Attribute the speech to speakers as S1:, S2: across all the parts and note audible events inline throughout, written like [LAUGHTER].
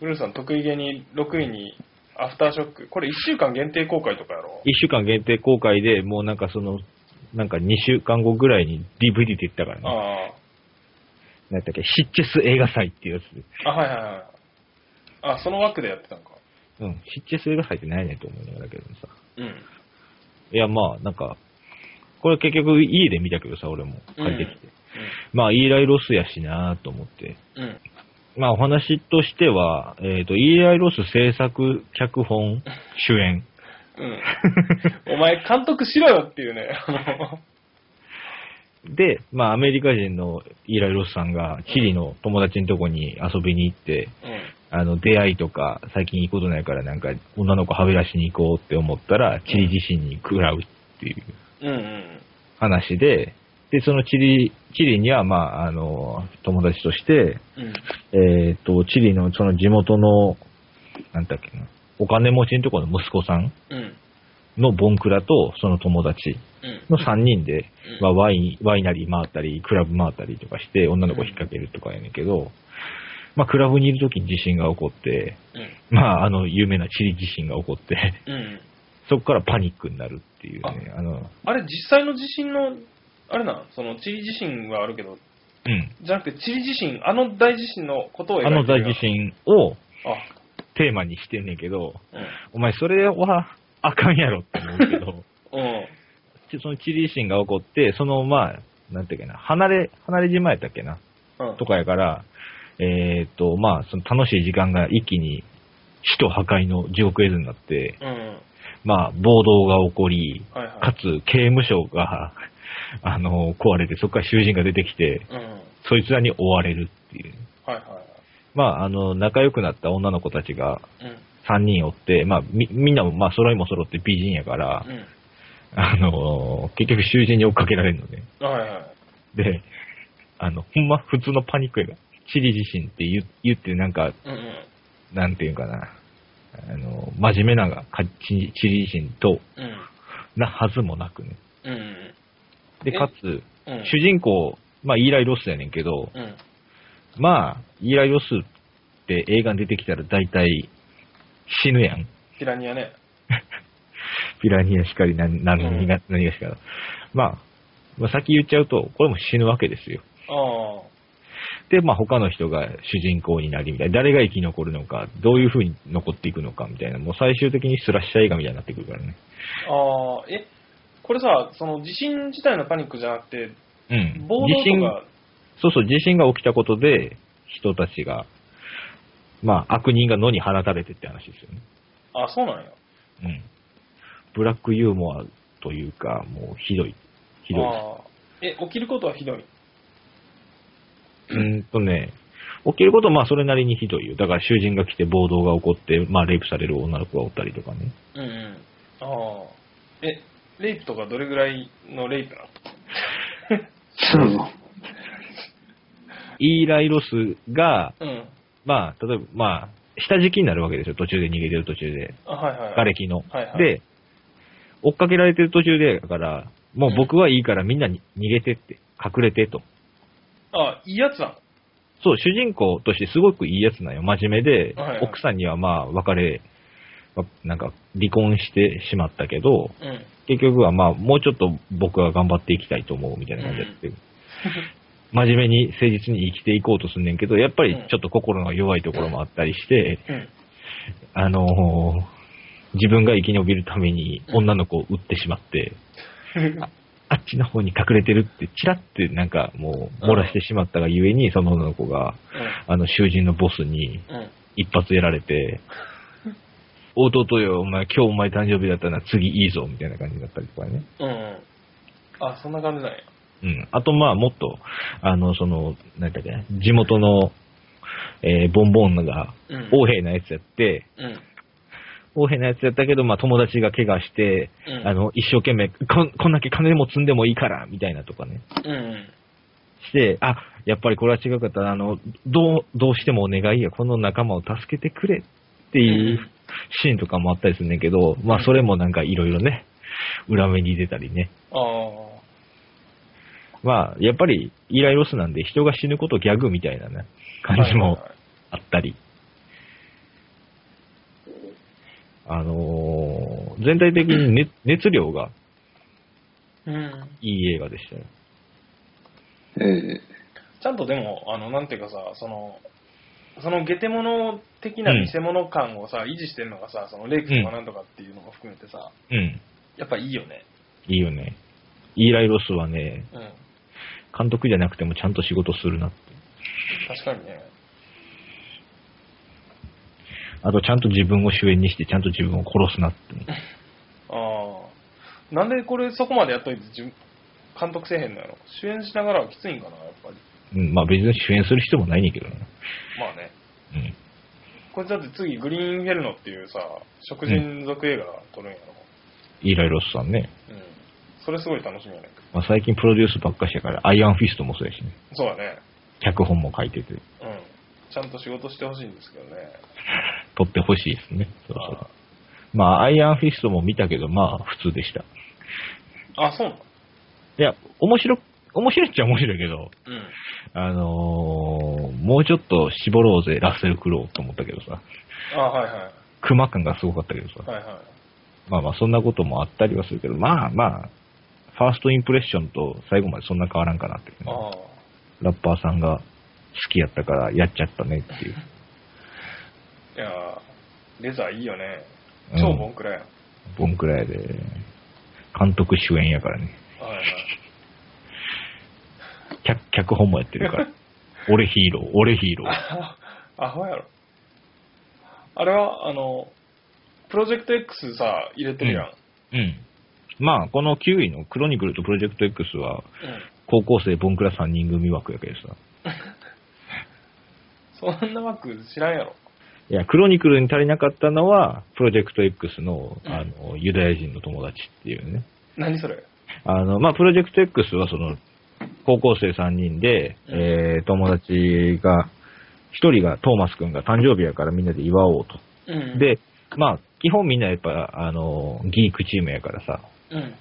S1: ブルーさん得意げに6位にアフターショック。これ1週間限定公開とかやろ
S2: 一週間限定公開で、もうなんかその、なんか2週間後ぐらいに DVD で言ったからね。
S1: あ
S2: なんだっけ、シッチェス映画祭っていうやつ。
S1: あ。あ、はいはいはい。あ、その枠でやってたのか。
S2: うん、シッチェス映画祭ってないねんと思いながらだけどさ。
S1: うん。
S2: いや、まあ、なんか、これ結局家で見たけどさ、俺も
S1: うん
S2: 借りてきて。まあ、イーライロスやしなと思って。
S1: うん。うん。
S2: まあ、お話としては、えっ、と、イーライロス制作、脚本、主演。
S1: うん。お前監督しろよっていうね。あ
S2: で、まあ、アメリカ人のイーライロスさんが、チリの友達のとこに遊びに行って、
S1: のうん。
S2: あの、出会いとか、最近行くことないから、なんか、女の子はべらしに行こうって思ったら、チリ自身に食らうっていう
S1: うんうん。
S2: 話で、で、そのチリ、チリには、まあ、あの、友達として、
S1: うん。
S2: えっ、と、チリのその地元の、なんだっけな、お金持ちのところの息子さん
S1: うん。
S2: のボンクラと、その友達
S1: うん。
S2: の3人で、
S1: うん
S2: まあ、ワイン、ワイナリー回ったり、クラブ回ったりとかして、女の子引っ掛けるとかやねんけど、まあ、クラブにいるときに地震が起こって、
S1: う
S2: まあ、あの、有名なチリ地震が起こって、
S1: ん。
S2: [LAUGHS]
S1: うん。
S2: そこからパニックになるっていうね、あの、
S1: あれ、実際の地震の、あれなん、その、チリ地震はあるけど、
S2: うん。
S1: じゃなくて、チリ地震、あの大地震のことを
S2: あ
S1: 描
S2: の
S1: いてる
S2: 大
S1: よ
S2: 地震を
S1: あ、
S2: テーマにしてんねんけど、
S1: うん。
S2: お前それはあかんやろって思うけど、
S1: [LAUGHS] うん。
S2: ちそのチリ地震が起こって、その、まあ、なんていうかな、離れ、離れ島やったっけな、
S1: うん
S2: とかやから、えーっと、まあ、その楽しい時間が一気に、死と破壊の地獄絵図になって、
S1: うん。はい
S2: まあ、暴動が起こり、か
S1: は
S2: つ刑務所が、あの、壊れて、そこから囚人が出てきて、
S1: い。うん。はい
S2: そいつらに追われるっていう。
S1: は
S2: まあ、あの、仲良くなった女の子たちが
S1: い。うん。
S2: 3人おって、まあ、み、みんなも、まあ、揃いも揃って美人やから、
S1: う
S2: あの、結局囚人に追っかけられるのね。
S1: ん。はいはい。
S2: で、あの、ほんま普通のパニック映画。チリ自身って言う言って、なんか、
S1: うんうん。
S2: なんていうんかな。あの、真面目なが、かチチリ自身と、
S1: うん。
S2: なはずもなくね。
S1: うん。
S2: で、
S1: え
S2: かつ、
S1: うん。
S2: 主人公、まあ、イーライ・ロスやねんけど、
S1: うん。
S2: まあ、イーライ・ロスって映画に出てきたら大体死ぬやん。
S1: ピラニアね。
S2: ピラニア光何、何が、
S1: うん
S2: 何がしか。まあ、まあ、先言っちゃうと、これも死ぬわけですよ。
S1: あ
S2: で、まあ他の人が主人公になりみたいな。誰が生き残るのか、どういう風に残っていくのかみたいな。もう最終的にスラッシャー映画みたいになってくるからね。
S1: あ。ああ。え、これさ、その地震自体のパニックじゃなくて、
S2: うん。
S1: 暴動
S2: 地震
S1: と、か、
S2: そうそう、地震が起きたことで、人たちが、まあ悪人が野に放たれてって話ですよね。
S1: あ、そうなんや。
S2: うん。ブラックユーモアというか、もうひどい。ひどいです。
S1: ああ。え、起きることはひどい。
S2: うーんとね、起きることはまあそれなりにひどいよ。だから囚人が来て暴動が起こって、まあレイプされる女の子がおったりとかね。
S1: うんうん。ああ。え、レイプとかどれぐらいのレイプなの
S3: そうぞ。
S2: イーライロスが、
S1: うん。
S2: まあ、例えば、まあ、下敷きになるわけですよ。途中で逃げてる途中で。
S1: あ、はいはい。
S2: 瓦礫の。
S1: はいはい
S2: で、追っかけられてる途中で、だから、もう僕はいいからみんなに逃げてって、隠れてと。
S1: あ、いいやつな
S2: そう、主人公としてすごくいいやつなんよ。真面目で、
S1: はいはい
S2: 奥さんにはまあ別れ、まなんか離婚してしまったけど、
S1: の。うん。
S2: 結局はまあもうちょっと僕は頑張っていきたいと思うみたいな感じで、って真面目に誠実に生きていこうとすんねんけど、やっぱりちょっと心の弱いところもあったりして、
S1: うん。
S2: あのー自分が生き延びるために女の子を撃ってしまって、あっちの方に隠れてるって、チラってなんかもう漏らしてしまったがゆえに、その女の子が、あの囚人のボスに
S1: うん。うん。
S2: 一発やられて、弟よ、お前、今日お前誕生日だったな、次いいぞ、みたいな感じになったりとかね。
S1: うんうん。あ、そんな感じなんや。
S2: うん。あと、まあ、もっと、あの、その、なんだっけな、地元の、えーボンボンが、
S1: うん。
S2: 横兵なやつやって、
S1: うん。
S2: 横兵なやつやったけど、まあ、友達が怪我して、
S1: うん
S2: あの、一生懸命、こん、こんだけ金も積んでもいいから、みたいなとかね。
S1: うんうん。
S2: して、あ、やっぱりこれは違かったな、あの、どう、どうしてもお願いや、この仲間を助けてくれっていう
S1: うん
S2: シーンとかもあったりするんだけど、まあ、それもなんかいろいろね、裏目に出たりね。
S1: ああ。
S2: まあ、やっぱり、イライロスなんで、人が死ぬことギャグみたいなね、感
S1: はい
S2: じも
S1: はいはい
S2: あったり。あのー全体的に [COUGHS] 熱熱量が
S1: うん。
S2: いい映画でしたよ。
S3: え
S1: ちゃんとでも、あの、なんていうかさ、その、そのゲテモノ的な偽物感をさ、維持してるのがさ、そのレイクとかなんとかっていうのも含めてさ、
S2: うん。
S1: やっぱいいよね。
S2: いいよね。イーライ・ロスはね、
S1: うん。
S2: 監督じゃなくてもちゃんと仕事するなって。
S1: 確かにね。
S2: あと、ちゃんと自分を主演にして、ちゃんと自分を殺すなって。
S1: ああ。なんでこれそこまでやっといて、自分監督せえへんのやろ。主演しながらはきついんかな、やっぱり。
S2: うん、まあ別に主演する人もないねんけどな。
S1: まあね。
S2: うん。
S1: これだって次、グリーンフェルノっていうさ、食人族映画撮るんやろ。
S2: イーライ・ロスさんね。
S1: うん。それすごい楽しみやねんか。
S2: まあ最近プロデュースばっかしやから、アイアンフィストもそうやしね。
S1: そうだね。
S2: 脚本も書いてて、
S1: うん。ちゃんと仕事してほしいんですけどね。
S2: 撮ってほしいですね。そろそ
S1: あ
S2: ろ。まあ、アイアンフィストも見たけど、まあ、普通でした。
S1: あ、そうなの
S2: いや、面白、面白いっちゃ面白いけど、
S1: うん。
S2: あのーもうちょっと絞ろうぜ、ラッセル・クロウと思ったけどさ、
S1: あ、はいはい。
S2: クマ感がすごかったけどさ、
S1: はいはい。
S2: まあまあ、そんなこともあったりはするけど、まあまあ、ファーストインプレッションと最後までそんな変わらんかなっていうね、
S1: ああ。
S2: ラッパーさんが好きやったからやっちゃったねっていう。
S1: いやーレザーいいよね
S2: う。ん
S1: 超ボンクラやん。
S2: ボンくらいで、監督主演やからね。
S1: はいはい。
S2: 脚脚本もやってるから。俺ヒーロー、俺ヒーロー。
S1: あ [LAUGHS] アホやろ。あれは、あの、プロジェクト X さ、入れてるやん。
S2: うん。まあ、この9位のクロニクルとプロジェクト X は、
S1: うん。
S2: 高校生ボンクラ3人組枠やけどさ。
S1: そんな枠知らんやろ。
S2: いや、クロニクルに足りなかったのは、プロジェクト X の、
S1: うん
S2: あの、ユダヤ人の友達っていうね。
S1: 何それ
S2: あの、まあ、プロジェクト X はその、高校生3人で、
S1: うん
S2: えー、友達が、1人がトーマス君が誕生日やからみんなで祝おうと。
S1: うん。、
S2: で、まあ、基本みんなやっぱ、あの、ギークチームやからさ、
S1: うん。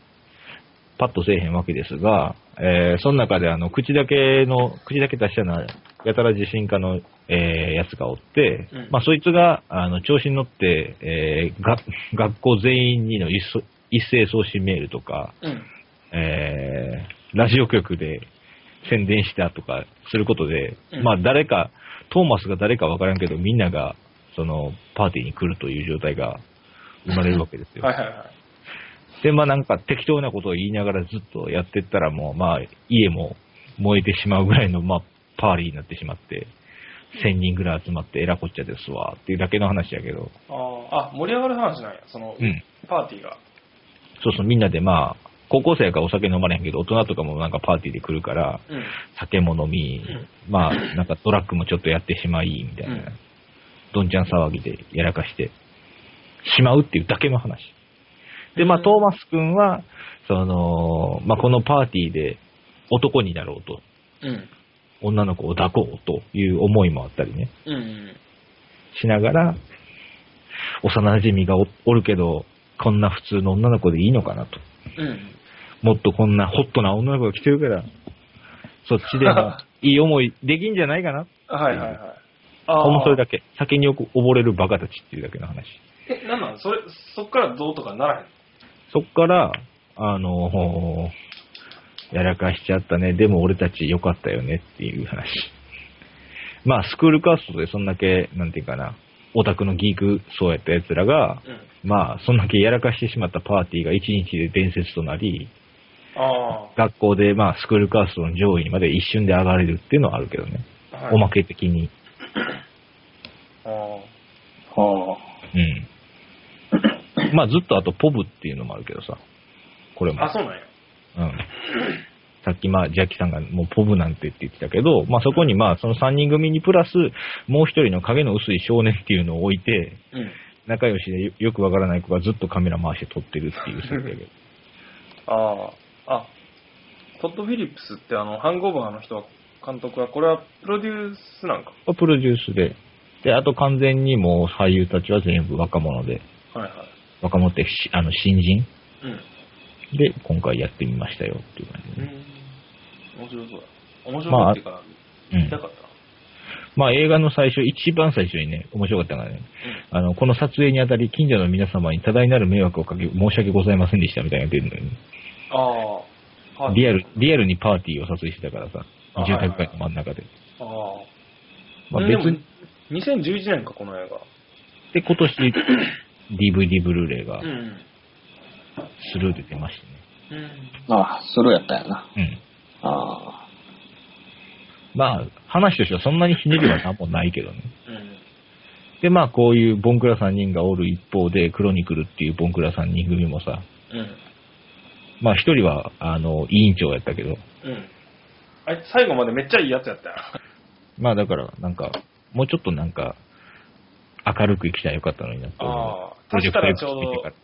S2: パッとせえへんわけですが、えー、その中であの、口だけの、口だけ出したような、やたら自信家の、えー、やつがおって、
S1: うん
S2: まあ、そいつが、あの、調子に乗って、えー、が、学校全員にの一斉一斉送信メールとか、
S1: うん。
S2: えー、ラジオ局で宣伝したとかすることで、
S1: うん
S2: まあ、誰か、トーマスが誰かわからんけど、みんなが、その、パーティーに来るという状態が生まれるわけですよ。
S1: はいはいはい。
S2: で、まあなんか適当なことを言いながらずっとやってったらもう、まあ家も燃えてしまうぐらいの、まあパーリーになってしまって、1000人ぐらい集まってえらこっちゃですわっていうだけの話やけど、
S1: あーあ、盛り上がる話なんや。その、
S2: うん。
S1: パーティーが。
S2: そうそう、みんなでまあ、高校生やからお酒飲まれへんけど、大人とかもなんかパーティーで来るから、
S1: うん。
S2: 酒も飲み、まあなんかドラッグもちょっとやってしまい、みたいな、
S1: うん
S2: どんちゃん騒ぎでやらかしてしまうっていうだけの話。で、まあ
S1: うん
S2: トーマス君は、その、まあこのパーティーで男になろうと、
S1: うん。
S2: 女の子を抱こうという思いもあったりね、
S1: うん。
S2: しながら、幼馴染がおおるけど、こんな普通の女の子でいいのかなと。
S1: うん。
S2: もっとこんなホットな女の子が来てるから、そっち
S1: [LAUGHS]
S2: でもいい思いできんじゃないかな。
S1: はいはいはい。あ
S2: ほんまそれだ
S1: け。
S2: け。酒に溺れるバカたちっていうだけの話。
S1: え、なんなんそれ、そっからどうとかならへん。
S2: そっから、あのほうやらかしちゃったね。でも俺たち良かったよねっていう話。まあ、スクールカーストでそんだけ、なんていうかな、オタクのギークそうやった奴らが、
S1: うん。
S2: まあ、そんだけやらかしてしまったパーティーが一日で伝説となり、
S1: あ
S2: 学校でまあ、スクールカーストの上位にまで一瞬で上がれるっていうのはあるけどね。
S1: あ。はい
S2: おまけ的に。
S1: あー
S3: えは
S2: うん。まあ、ずっとあとポブっていうのもあるけどさ。これも。
S1: あ、そうなんや。
S2: うん。さっき、まあ、ジャッキさんがもうポブなんてって言ってたけど、まあそこにまあ、その3人組にプラス、もう一人の影の薄い少年っていうのを置いて、
S1: うん。
S2: 仲良しでよよくわからない子がずっとカメラ回して撮ってるっていう設定で。
S1: ああ、あ、トッド・フィリップスってあの、ハンゴーバーの人は、監督は、これはプロデュースなんか。
S2: まあプロデュースで。で、あと完全にもう俳優たちは全部若者で、
S1: はいはい。
S2: 若者ってしあの新人
S1: うん。
S2: で今回やってみましたよっていう感じでね。
S1: 面白そうだ。面白いっていうか、
S2: うん
S1: 見たかったな。
S2: まあ映画の最初、一番最初にね、面白かったのがね、あの、この撮影にあたり、近所の皆様に多大なる迷惑をかけ、申し訳ございませんでしたみたいなのが出るのに、
S1: ああ。はい
S2: リアル、リアルにパーティーを撮影してたからさ
S1: あ、
S2: 住宅街の真ん中で。
S1: ああ。
S2: まあ
S1: で
S2: 別
S1: も
S2: に、
S1: 2011年か、この映画。
S2: で、今年 DVD ブルーレイが
S1: うん。
S2: スルーで出まし
S1: うん。
S3: ああ、スルーやったんやな。
S2: てね。
S3: ああ。
S2: うん。まあ、話としてはそんなにひねりは何もないけどね。
S1: うん。
S2: で、まあ、こういうボンクラ3人がおる一方で、クロニクルっていうボンクラ3人組もさ、
S1: うん。
S2: まあ、一人は、あの、委員長やったけど、
S1: うん。あいつ最後までめっちゃいいやつやったよ。
S2: まあ、だから、なんか、もうちょっとなんか、明るく行きたらよかったのになって。
S1: ああ
S2: プロジェクト X
S1: 足したらちょうど
S2: 見てから。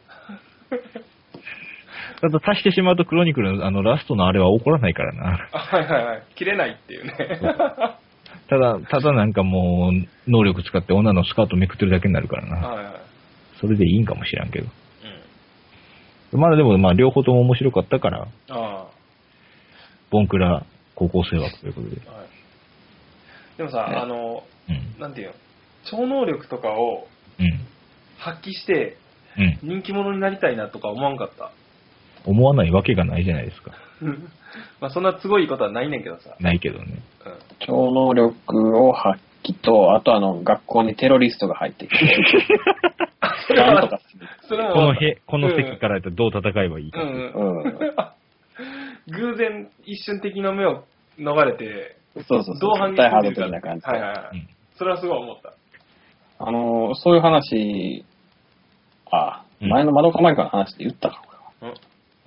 S2: ただ足してしまうとクロニクルのあのラストのあれは起こらないか
S1: [LAUGHS]
S2: らな。
S1: あはいはいはい。切れないっていう
S3: [LAUGHS]
S1: ね。
S2: ただ、ただなんかもう、能力使って女のスカートめくってるだけになるからな。
S1: はいはい。
S2: それでいいんかもしらんけど。
S1: うん。
S2: まだでも、まあ、両方とも面白かったから、
S1: あ
S2: ボンクラ高校生枠ということで。
S1: あ。はい。でもさ、
S3: ね
S1: あの、
S2: うん。
S1: なんていうの、超能力とかを
S2: うん。
S1: 発揮して
S2: うん。
S1: 人気者になりたいなとか思わんか
S3: [LAUGHS]
S1: った。
S2: 思わないわけがないじゃないですか。
S1: まあそんなすごいことはないねんけどさ。
S2: ないけどね。
S1: うん。
S3: 超能力を発揮と、あとあの、学校にテロリストが入って
S2: [LAUGHS]
S3: きて、なんとかする。
S1: [LAUGHS] それも
S2: このへ、この席からやったらどう戦えばいいか
S1: う。んうん。
S3: う
S1: 偶然一瞬敵の目を逃れて、
S3: ん。そうそうそう。
S1: どう反
S3: 対ハ
S1: 撃
S3: ード
S1: するか。
S3: 的な感じで。
S1: はいはいは
S2: う
S1: い
S2: ん。
S1: それはすごい思った。
S3: あの、そういう話、ああ、
S2: うん
S3: 前の窓かマイカの話で言ったか、これ
S1: う
S3: は。
S1: ん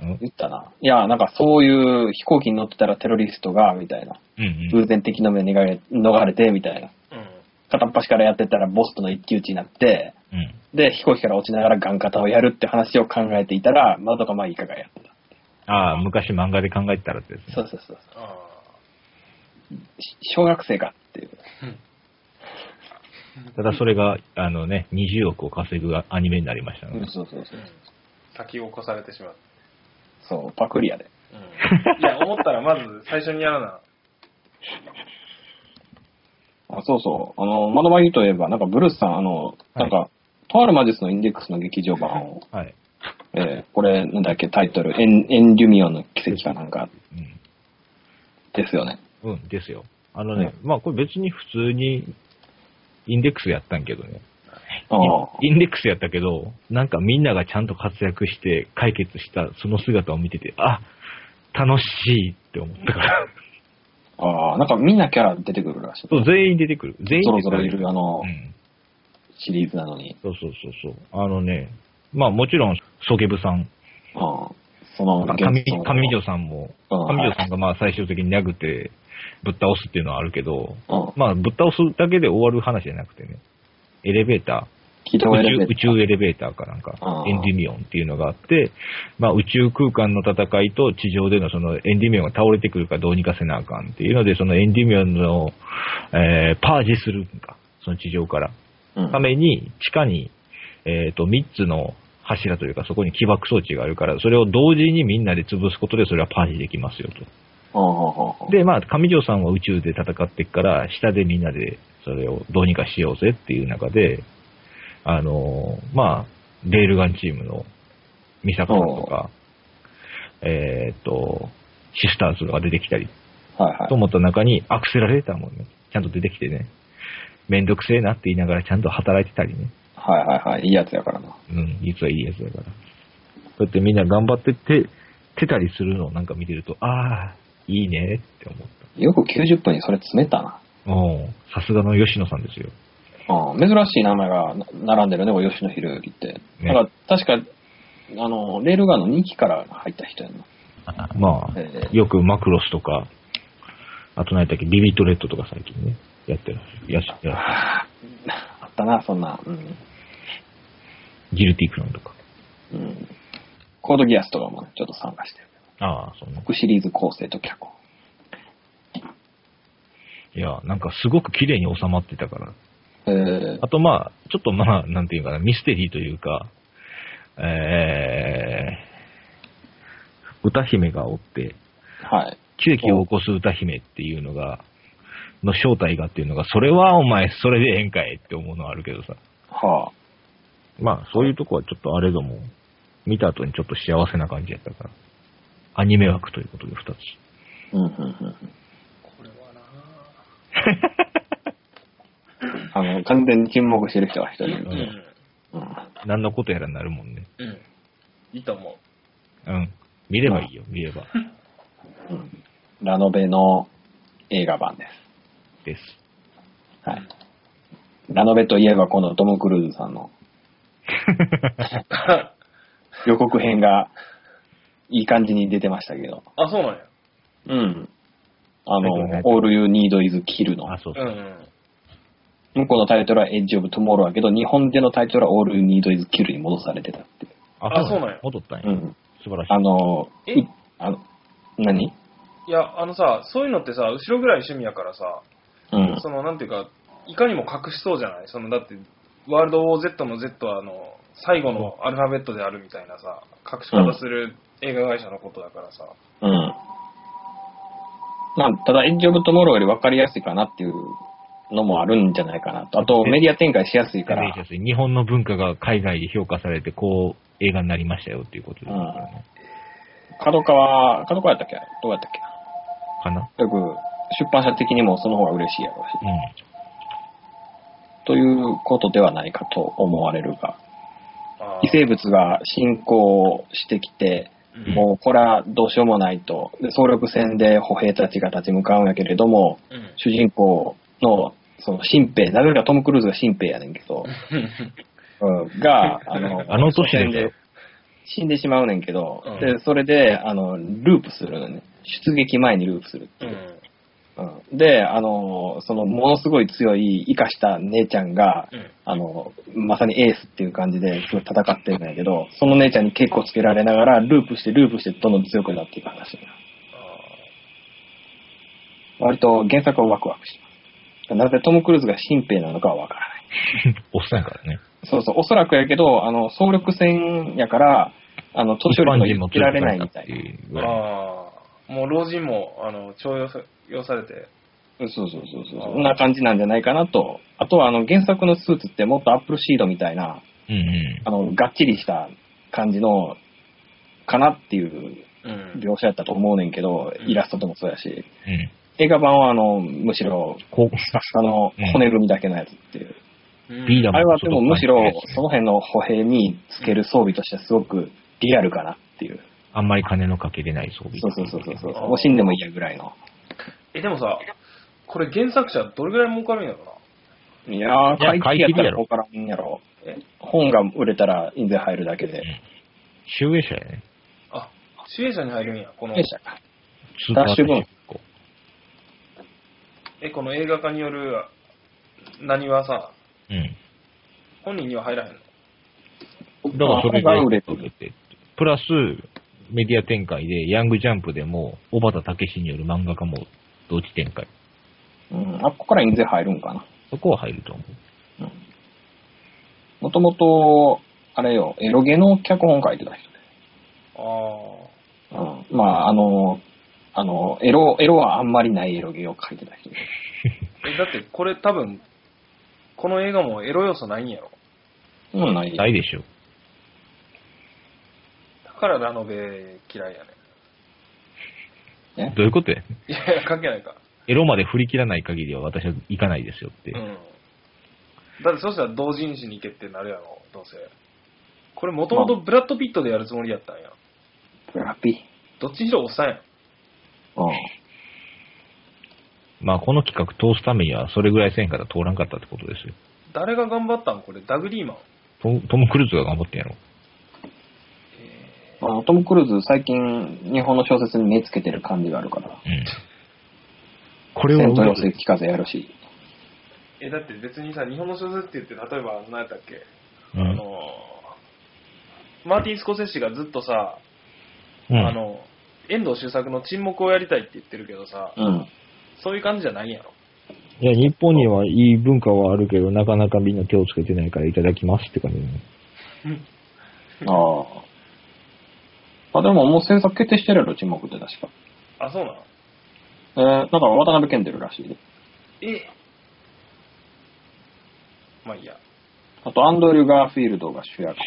S2: うん
S3: 言ったな。いや、なんかそういう飛行機に乗ってたらテロリストが、みたいな。
S2: うんう
S3: 偶
S2: ん。
S3: 然敵の目に逃れ逃れて、みたいな。
S1: うん。
S3: 片っ端からやってたらボスとの一騎打ちになって、
S2: うん。
S3: で、飛行機から落ちながらガン型をやるって話を考えていたら、まどかまいかがやってた。
S2: ああ、昔漫画で考えてたらってやつね
S3: そうそうそう。
S1: あ
S3: し小学生かっていう。
S2: ただそれが、あのね、20億を稼ぐアニメになりましたので。
S3: そうそうそ
S1: あ、う。
S3: うん
S1: 先を越されてしまう。
S3: そう、パクリやで。
S1: うん。いや、思ったらまず最初にやらな。
S3: あそうそう。あの、まどまいといえば、なんかブルースさん、あの、なんか、とある魔術のインデックスの劇場版を、
S2: はい。
S3: えーこれ、なんだっけ、タイトル、エン、エンリュミオンの奇跡かなんか、ですよね。
S2: うん。うん、ですよ。あのね、まあこれ別に普通に、インデックスやったんけどね。
S3: ああ。
S2: インデックスやったけど、なんかみんながちゃんと活躍して解決したその姿を見てて、あ、楽しいって思った
S3: [LAUGHS]
S2: から。
S3: ああ、なんかみんなキャラ出てくるらしい。
S2: そう、全員出てくる。全員
S3: そろ
S2: 出て
S3: そ
S2: く
S3: ろいる、あの
S2: う、ん。
S3: シリーズなのに。
S2: そうそうそうそう。あのね、まあもちろん、ソゲブさん、
S3: ああ。その、
S2: 上
S3: 幻想の
S2: 上条さんも、
S3: うん
S2: 上条さんがまあ最終的に殴ってぶっ倒すっていうのはあるけど、
S3: うん。
S2: まあぶっ倒すだけで終わる話じゃなくてね、エレベーター、
S3: 軌道エレベーター
S2: 宇宙宇宙エレベーターかなんか
S3: あ、ー
S2: エンディミオンっていうのがあって、まあ、宇宙空間の戦いと地上でのそのエンディミオンが倒れてくるからどうにかせなあかんっていうので、そのエンディミオンの、えーパージするんか、その地上から。
S3: うん
S2: ために、地下に、えっ、と、3つの柱というか、そこに起爆装置があるから、それを同時にみんなで潰すことで、それはパージできますよ
S3: ああああ
S2: と。で、まあ、上条さんは宇宙で戦ってっから、下でみんなでそれをどうにかしようぜっていう中で、あのーまあ、レールガンチームの美坂さんとか、えっ、と、シスターズが出てきたり
S3: はいはい
S2: と。思った中に、アクセラレーターもね、ちゃんと出てきてね、めんどくせえなって言いながらちゃんと働いてたりね。
S3: はいはいはい。いいやつやからな。
S2: うん、実はいいやつだから。こうやってみんな頑張ってて、てたりするのをなんか見てると、ああ、いいねって思っ
S3: よく90分にそれ詰めたな。
S2: た。おうさすがの吉野さん
S3: [LAUGHS]
S2: ですよ。
S3: うん。珍しい名前がな並んでるね、これ吉野博之って。
S2: ね
S3: だから、確か、あの、レールガンの2期から入った人やな。
S2: まあ、
S3: ええ
S2: よくマクロスとか、あと何やったっけ、ビビットレッドとか最近ね、やってる。やし、や
S3: あったな、そんな。うん。
S2: ギルティクロンとか。
S3: うん。コードギアスとかもねちょっと参加してる。
S2: ああ、そうね。
S3: シリーズ構成と脚本。
S2: いや、なんかすごく綺麗に収まってたから。
S3: え
S2: あとまあ、ちょっとまあ、なんていうかな、ミステリーというか、えー、歌姫がおって、
S3: ー、はい。
S2: 奇跡を起こす歌姫っていうのが、の正体がっていうのが、それはお前、それでええんかいって思うのはあるけどさ。
S3: はあ。
S2: まあ、そういうとこはちょっとあれども、見た後にちょっと幸せな感じやったから。アニメ枠ということで、二つ。
S3: うん、うん、うん。
S1: これはなぁ
S3: [LAUGHS] あの、完全に沈黙してる人が一人いる
S1: う
S2: うんん。
S3: うん。
S2: 何のことやらになるもんね。
S1: うん。いいと思う。
S2: うん。見ればいいよ、見れば。
S3: ラノベの映画版で
S2: です。
S3: す。はい。ラノベといえばこのトム・クルーズさんの
S1: [LAUGHS] あ、
S3: 予告編がいい感じに出てましたけど。
S1: そうなんや。
S3: うん。あの
S2: タイトルね、
S3: All You Need Is Kill の
S2: あ、。そう
S1: う。んうん。
S3: 向こうのタイトルは Edge of Tomorrow だけど、日本でのタイトルは All You Need Is Kill に戻されてたってい
S1: あそうなんや
S2: 戻ったん
S3: う。う
S2: や。
S3: ん。
S2: 素晴らし
S3: あの、
S1: え
S3: いあの、何
S1: いや、あのさ、そういうのってさ、後ろぐらい趣味やからさ、
S3: うん。
S1: その、なんていうか、いかにも隠しそうじゃないその、だって、ワールドウォー Z の Z は、あの、最後のアルファベットであるみたいなさ、隠し方する映画会社のことだからさ。
S3: うん。まあ、ただ、エッジオブトモローより分かりやすいかなっていうのもあるんじゃないかなと。あと、メディア展開しやすい
S2: い。
S3: か
S2: ダメージ
S3: ら
S2: で。すね日本の文化が海外で評価されて、こう映画になりましたよっていうことですからね。
S3: 角川、角川やったっけどうやったっけ
S2: かな
S3: よく、出版社的にもその方が嬉しいやろうし。
S2: う
S3: ということではないかと思われるが、
S1: あー
S3: 異生物が進行してきて、
S1: うん
S3: もうこれはどうしようもないと、で総力戦で歩兵たちが立ち向かうんやけれども、
S1: うん。
S3: 主人公の、その、新兵、なぜかトム・クルーズが新兵やねんけど、うんが、あの、
S2: あの年で
S3: で死んでしまうねんけど、
S1: うん
S3: で、それで、あの、ループするのね。出撃前にループするって
S1: う
S3: い
S1: ん
S3: う。うんで、あの、その、ものすごい強い、生かした姉ちゃんが、
S1: うん。
S3: あの、まさにエースっていう感じで、すごい戦ってるんだけど、その姉ちゃんに結構つけられながら、ループして、ループして、どんどん強くなっていく話。割と原作はワクワクします。なぜトム・クルーズが新兵なのかはわからない。
S2: ん。 [LAUGHS] おっさんやからね。
S3: そうそう、おそらくやけど、あの、総力戦やから、あの、年寄りには言ってられないみたいな。
S2: 一般人も強く
S1: あー
S2: なったっていうぐらい
S1: あー。もう老人も、あの、徴用さ用されて。
S3: そうそうそうそう。そんな感じなんじゃないかなと。あとは、あの、原作のスーツってもっとアップルシードみたいな、
S2: うんうん
S3: あの、がっちりした感じの、かなっていう
S1: うん。
S3: 描写やったと思うねんけど、
S1: うん
S3: イラストともそうやし、
S2: うん。
S3: 映画版は、あの、むしろ、
S2: こう、
S3: あの、骨組みだけのやつっていう。
S1: うん
S2: リーダー
S3: あれはでもむしろ、その
S2: う。
S3: 辺の歩兵につける装備としてはすごくリアルかなっていう。
S2: あんまり金のかけれない装備。
S3: そうそうそうそうそう。
S1: あー
S3: 惜しんでもいいやぐらいの。
S1: え、でもさ、これ原作者どれぐらい儲かるんやろうな。
S3: いやー、
S2: いや
S3: 買い切りやった
S2: 買い切りや
S3: ら
S2: ろ
S3: 儲からんやろ
S1: え。
S3: 本が売れたら印税入るだけで。
S2: 集英社やね。
S1: あ、主演者に入るんや。この
S3: で、したか。
S2: スーパー
S3: ダッシュボーン
S2: こう
S1: え、この映画化による、何はさ、
S2: うん。
S1: 本人には入らへんの
S2: だからそれ
S3: まあ本が売
S2: で
S3: れてる。
S2: プラス、メディア展開で、ヤングジャンプでも、小畑武史による漫画家も同時展開。
S3: うん。あっこから印税入るんかな。
S2: そこは入ると思う。
S3: もともと、あれよ、エロゲの脚本書いてた人
S1: あ
S3: で。うん。まあ、あの、あの、エロ、エロはあんまりないエロゲを書いてた人で。
S1: あ。え、だってこれ多分、この映画もエロ要素ないんやろ。
S3: うん、ない。
S2: ないでしょ。
S1: だからラノベ嫌いやね。
S2: どういうことや
S1: いやいや、関係ないか。
S2: エロまで振り切らない限りは私は行かないですよって。
S1: うん。だってそしたら同人誌に行けってなるやろ、どうせ。これもともとブラッド・ピットでやるつもりやったんや。
S3: ブラピ。
S1: どっちにしろおっさんやん。
S3: う
S2: まあ、この企画通すためには、それぐらいせんから通らんかったってことですよ。
S1: 誰が頑張ったんこれ、ダグリーマン。
S2: トムトム・クルーズが頑張ってんやろ。
S3: ん。あの、トム・クルーズ最近、日本の小説に目つけてる感じがあるから。
S2: うん。これ
S3: 戦
S2: をう
S3: 闘
S2: ま
S3: 用
S2: く
S3: 水機風やるし。
S1: え、だって別にさ、日本の小説って言って、例えば何やったっけ、
S2: う
S1: あ
S2: ん。
S1: のー、マーティン・スコセッシがずっとさ、
S2: うん
S1: あの、遠藤周作の沈黙をやりたいって言ってるけどさ、
S3: うん。
S1: そういう感じじゃないんやろ。
S2: いや、日本にはいい文化はあるけど、なかなかみんな手をつけてないからいただきますって感じだね。
S3: ああ。あ、でももう制作決定してるやろ、沈黙って確か。
S1: あ、そうなの
S3: えー、なんか渡辺謙出るらしいで。
S1: えまあいいや。
S3: あと、アンドリュー・ガーフィールドが主役か。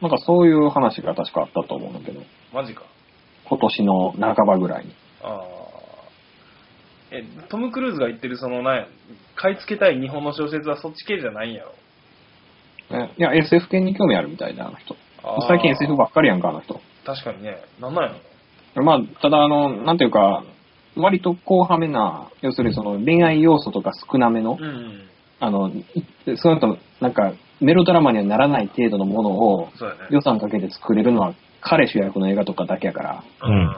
S3: なんかそういう話が確かあったと思うんだけど、
S1: マジか。
S3: 今年の半ばぐらいに。
S1: あーえ、トム・クルーズが言ってる、その、なんや買い付けたい日本の小説はそっち系じゃないんやろ。
S3: ねいや、SF 系に興味あるみたいだ、あの人。
S1: あー
S3: 最近 SF ばっかりやんか、あの人。
S1: 確かにね。なんなんやろ。
S3: まあ、ただ、あの、なんていうか、割と硬派めな、要するにその恋愛要素とか少なめの、
S1: うん。
S3: あの、いその人の、なんか、メロドラマにはならない程度のものを
S1: そうやね
S3: 予。算かけて作れるのは彼主役の映画とかだけやから、
S2: うん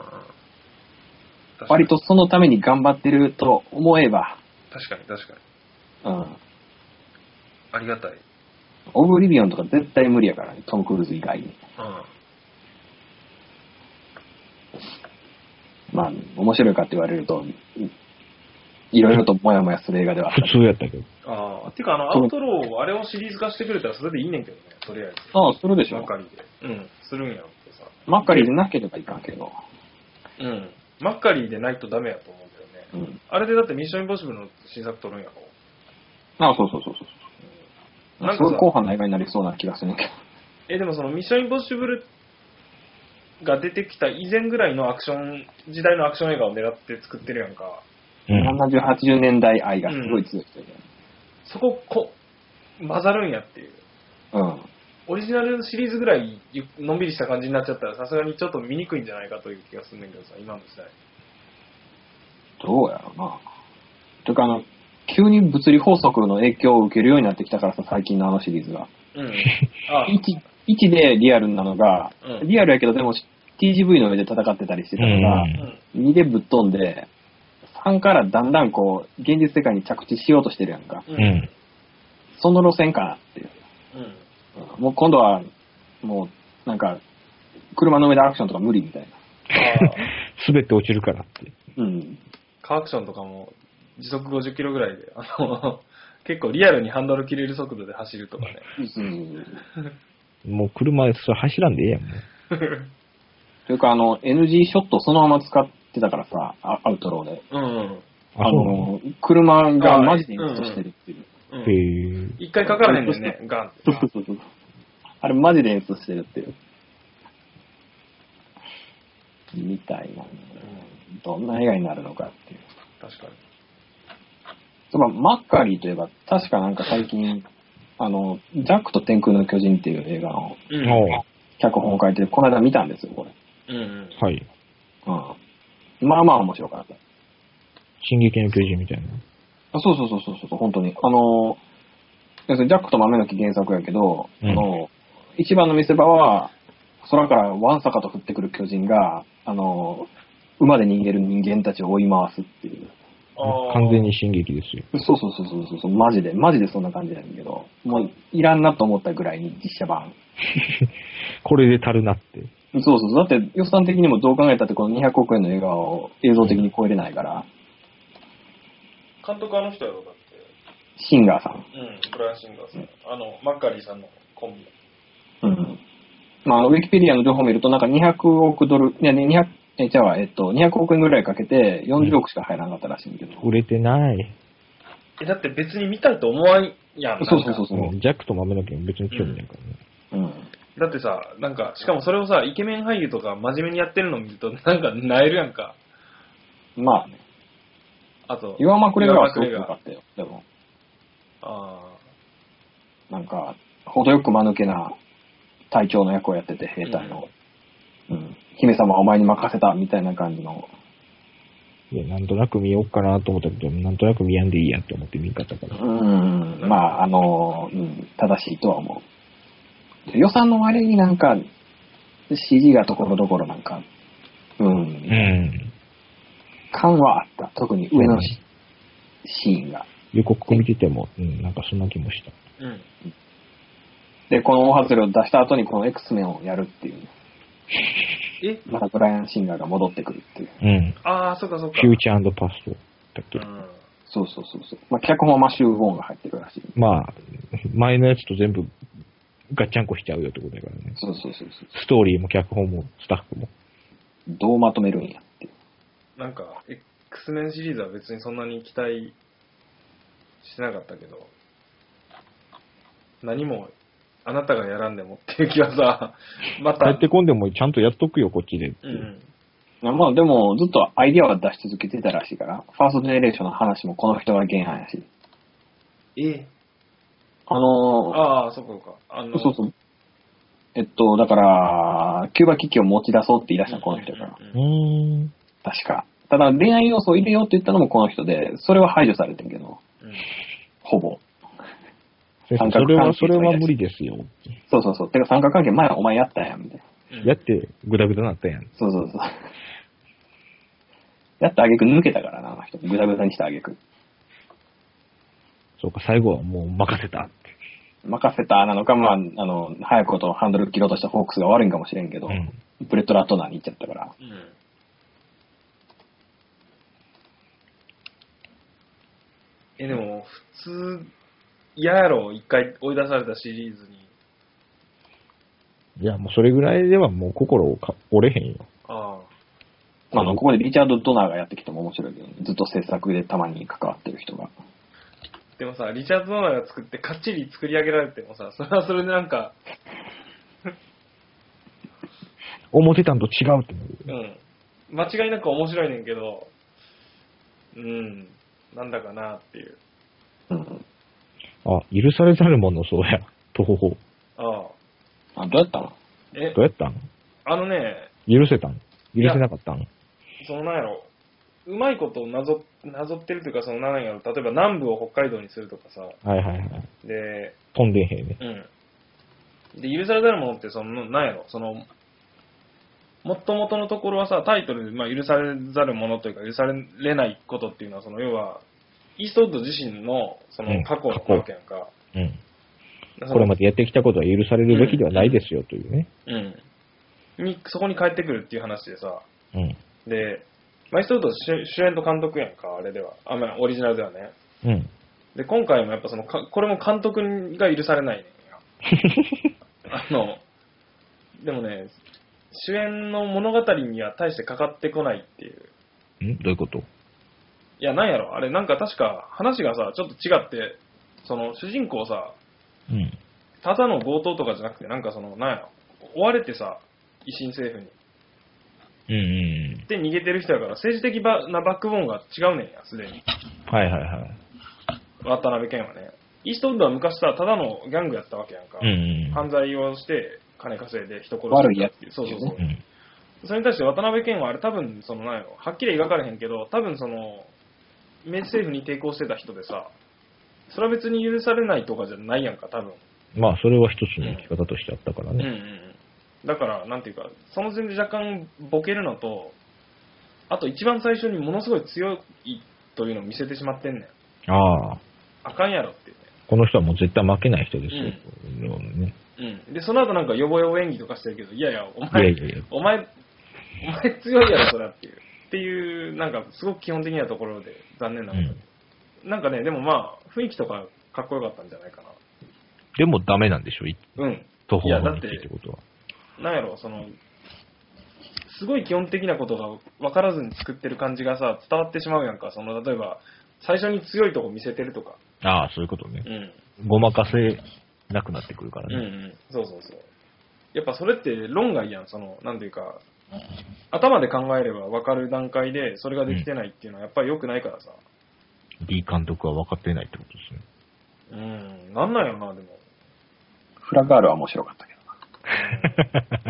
S3: 割とそのために頑張ってると思えば、
S1: 確かに確かに。
S3: うん。
S1: ありがたい。
S3: オブリビオンとか絶対無理やからね、トム・クルーズ以外に。
S1: うん。
S3: まあ、面白いかって言われると、いいろいろともやもやする映画ではあった
S2: 普。通やったけど。
S1: ああ、てかあの、アウトローを、あれをシリーズ化してくれたらそれでいいねんけどね、とりあえず。
S3: ああ、するでし
S1: マ
S3: ょ
S1: ッ。カリーで。うん、するんやろってさ。
S3: マッカリーでなければいかんけど。
S1: うん。マッカリーでないとダメやと思うんだよね。
S3: うん。
S1: あれでだってミッションインポッシブルの新作撮るんやろ。
S3: ああ、そうそうそうそう。
S1: なん
S3: す
S1: か
S3: ごい
S1: さ
S3: 後半の映画になりそうな気がするんやけど。
S1: え、でもそのミッションインポッシブルが出てきた以前ぐらいのアクション、時代のアクション映画を狙って作ってるやんか。
S2: うん。
S3: 70、80年代愛がすごい強い人やね
S1: そこ、こ、混ざるんやっていう。
S3: うん。
S1: オリジナルのシリーズぐらいゆのんびりした感じになっちゃったらさすがにちょっと見にくいんじゃないかという気がするんだけどさ、今の時代。
S3: どうやろうな。とか、あの、急に物理法則の影響を受けるようになってきたからさ、最近のあのシリーズが。
S1: うん。あ
S3: 1、1でリアルなのが、
S1: うん
S3: リアルやけどでも TGV の上で戦ってたりしてたのが、
S2: うん
S1: うん。
S3: 2でぶっ飛んで、3からだんだんこう、現実世界に着地しようとしてるやんか。
S1: う。
S2: うんん。
S3: その路線かなっていう。
S1: うん。
S3: うんもう今度は、もう、なんか、車の上でアクションとか無理みたいな。
S1: ああ。
S2: すべて落ちるからって。
S3: うん。
S1: カーアクションとかも時速50キロぐらいで、あの、 [LAUGHS] 結構リアルにハンドル切れる速度で走るとかね。
S3: うん。
S2: もう車、それ走らんでええやん。もう
S3: というか、あの、NG ショットそのまま使ってたからさ、あアウトローで。
S1: [LAUGHS] うん。
S2: あ、
S3: あ
S2: そうなの
S3: の、車がマジで炎上してるっていう。
S1: うん
S2: へえ。
S1: 一回かからへんね [LAUGHS] んね、ガンっ
S3: そ
S1: て
S3: うそうそう。 [LAUGHS] あれマジで演出してるっていう。みたいな、どんな映画になるのかっていう。
S1: 確かに。
S3: そういえばマッカリーといえば、確かなんか最近、あの、ジャックと天空の巨人っていう映画の
S1: う
S2: あ
S1: ん。
S3: 脚本を書いて、この間見たんですよ、これ。
S1: うん。
S2: あはい。
S3: うん。まあまあ面白かった。
S2: 進撃の巨人みたいな。
S3: あそうそうそうそうそう、本当に。あの、要するにジャックと豆の木原作やけど、
S2: うん
S3: あの、一番の見せ場は、空からワンサカと降ってくる巨人が、あの、馬で逃げる人間たちを追い回すっていう。
S1: ああ。
S2: 完全に。進撃ですよ。
S3: そうそうそうそうそう、マジで、マジでそんな感じなんだけど、もういらんなと思ったぐらいに実写版。
S2: これで足るなって。
S3: そうそうそう、だって予算的にもどう考えたってこの200億円の映画を映像的に超えれないから、
S1: 監督あの人やろ、だって。
S3: シンガーさん。
S1: うん、ブライアン・シンガーさん。あの、マッカリーさんのコンビ。
S3: うん。まあ、ウィキペディアの情報を見ると、なんか200億ドル、いや、ね200、え、じゃあ、えっと、200億円ぐらいかけて、40億しか入らなかったらしいんだけど。
S2: 売れてない。
S1: え、だって別に見たいと思わんやん。
S3: そうそうそうう
S2: ジ
S3: そ
S2: ャックと豆の件別に興味ないからね。
S3: う。うん。
S1: だってさ、なんか、しかもそれをさ、イケメン俳優とか真面目にやってるの見ると、なんか、なえるやんか。
S3: まあね、
S1: あと、
S3: 岩間クレガーはすごく
S1: 岩
S3: 良
S1: 間クレガ
S3: か
S1: ー
S3: ったよ。でも、
S1: あ
S3: なんか、程よく間抜けな隊長の役をやってて、兵隊の。うん。姫様はお前に任せた、みたいな感じの。
S2: いや、なんとなく見ようかなと思ったけど、なんとなく見やんでいいやって思って見んかったか
S3: う
S2: ら。
S3: ん。まあ、あの、うん、正しいとは思う。予算の割になんか、CG がところどころなんか、うん
S2: うん。
S3: 感はあった。特に上のシシーンが。
S2: 予告見てても、うん、なんかそんな気もした。
S1: あ。うん。
S3: で、この大外れを出した後にこの X メンをやるっていう。
S1: え
S3: またブライアン・シンガーが戻ってくるっていう。
S2: うん。
S1: ああ、そうかそうか。
S2: フューチャーパストだっけ、
S1: うん。
S3: そうそうそうそう。まあ、脚本はマシュー・ボーンが入ってるらしい。
S2: まあ、前のやつと全部ガッチャンコしちゃうよってことだからね。
S3: そうそうそうそう。
S2: ストーリーも脚本もスタッフも。
S3: どうまとめるんやっていう。
S1: なんか、X メンシリーズは別にそんなに期待してなかったけど、何もあなたがやらんでもっていう気は
S3: [LAUGHS]
S1: さ、また、
S2: 帰ってこんでもちゃんとやっとくよ、こっちでって。
S1: うん、
S3: まあでも、ずっとアイディアは出し続けてたらしいから、ファーストジェネレーションの話もこの人が原案やし。
S1: え
S3: あのー
S1: ああ、そうかそうか。あの、
S3: そうそう。えっと、だから、キューバ危機を持ち出そうって言い出したこの人やから、
S1: うんうん
S2: う
S1: うん
S2: ーん。
S3: 確か。ただ、恋愛要素を入れようって言ったのもこの人で、それは排除されてんけど、
S1: うん
S3: ほぼ。
S2: 先
S3: 三
S2: 生そ
S3: 角
S2: れは、
S3: 関係
S2: それは無理ですよ。
S3: そうそうそう。てか、三角関係前お前やったやん、みたいな。
S1: うん
S2: やって、ぐだぐだなったやん。
S3: そうそう [LAUGHS] そう。やったあげく抜けたからな、あの人。ぐだぐだにしたあげく。
S2: そうか、最後はもう任せたって。
S3: 任せたなのか、まあ、あの、早くことハンドル切ろうとしたホークスが悪いんかもしれんけど、
S2: うん。
S3: ブレッド・ラットナーに行っちゃったから。
S1: うんえ、でも、普通、嫌やろ、一回追い出されたシリーズに。
S2: いや、もうそれぐらいではもう心をか折れへんよ。
S1: ああ。
S3: まああの、ここでリチャード・ドナーがやってきても面白いけど、ね、ずっと制作でたまに関わってる人が。
S1: でもさ、リチャード・ドナーが作って、かっちり作り上げられてもさ、それはそれでなんか、
S2: 思ってたんと違うってなる。
S1: うん。間違いなく面白いねんけど、うん。なんだかなっていう。
S3: うん。
S2: あ、許されざるもの、そうや。とほほ。ど
S1: ああ。
S3: あ、どうやったの
S1: え
S2: う、やったん
S1: あのね、
S2: 許せたん許せなかったん
S1: そのなんやろ、うまいことをなぞなぞってるというか、そのなんやろ、例えば南部を北海道にするとかさ、
S2: はいはいはい。
S1: で、
S2: 飛んでへんね。
S1: うん。で、許されざるものって、その、なんやろ、その、もっともとのところはさ、タイトルで、まあ、許されざるものというか、許されないことっていうのは、その、要は、イーストウッド自身の、そ
S2: うん
S1: の、過去の
S2: 過去
S1: わけやんか。
S2: うん。
S1: その
S2: これまでやってきたことは許されるべきではないですよ、というね。
S1: うん。に、そこに帰ってくるっていう話でさ、
S2: うん。
S1: で、まあ、イーストウッド主主演と監督やんか、あれでは。あ、まあ、オリジナルではね。
S2: うん。
S1: で、今回もやっぱそのか、これも監督が許されないねん
S2: [LAUGHS]
S1: やあの、でもね、主演の物語には大してかかってこないっていう。
S2: んどういうこと
S1: いや、なんやろ、あれなんか確か話がさ、ちょっと違って、その主人公さ、
S2: うん。
S1: ただの強盗とかじゃなくて、なんかその、なんやろ、追われてさ、維新政府に。
S2: うんうん
S1: で、逃げてる人やから、政治的ばなバックボーンが違うねんや、すでに。
S2: うん。はいはいはい。
S1: 渡辺謙はね。イーストウッドは昔さ、ただのギャングやったわけやんか。
S2: うんうん
S1: 犯罪をして金稼いで人殺して
S3: 悪いやつ
S1: っていうそうそうそう
S2: う、ん。
S1: それに対して渡辺謙はあれ多分そのなんやろはっきり描かれへんけど多分その明治政府に抵抗してた人でさそれは別に許されないとかじゃないやんか多分
S2: まあ、それは一つの生き方としてあったから
S1: うんうん
S2: ね。
S1: うんだからなんていうかその点で若干ボケるのとあと一番最初にものすごい強いというのを見せてしまってんねん
S2: ああ。
S1: あかんやろっていうね
S2: この人はもう絶対負けない人ですよ。ね、
S1: うん、でその後なんかヨボヨボ演技とかしてるけど、いやいや、お
S2: いや
S1: 前
S2: いやいや。
S1: お前、お前強いやろ、それっていう。っていう、なんか、すごく基本的なところで、残念なことに、なんかね、でもまあ、雰囲気とか、かっこよかったんじゃないか
S2: でもダメなんでしょ、い
S1: な。うん。
S2: 途方
S1: いやだ
S2: 法
S1: っ
S2: に
S1: て
S2: ついてことは。
S1: なんやろ、その、すごい基本的なことが分からずに作ってる感じがさ、伝わってしまうやんか。その、例えば、最初に強いとこ見せてるとか。
S2: ああ、そういうことね
S1: う。ん。
S2: ごまかせなくなってくるから
S1: うんう
S2: ね。
S1: ん。そうそうそう。やっぱそれって論外やん、その、なんていうか、頭で考えれば分かる段階で、それができてないっていうのは、やっぱり良くないからさ。
S2: D 監督は分かってないってことですね。
S1: うん、なんなんやろな、でも。
S3: フラガールは面白かったけどな。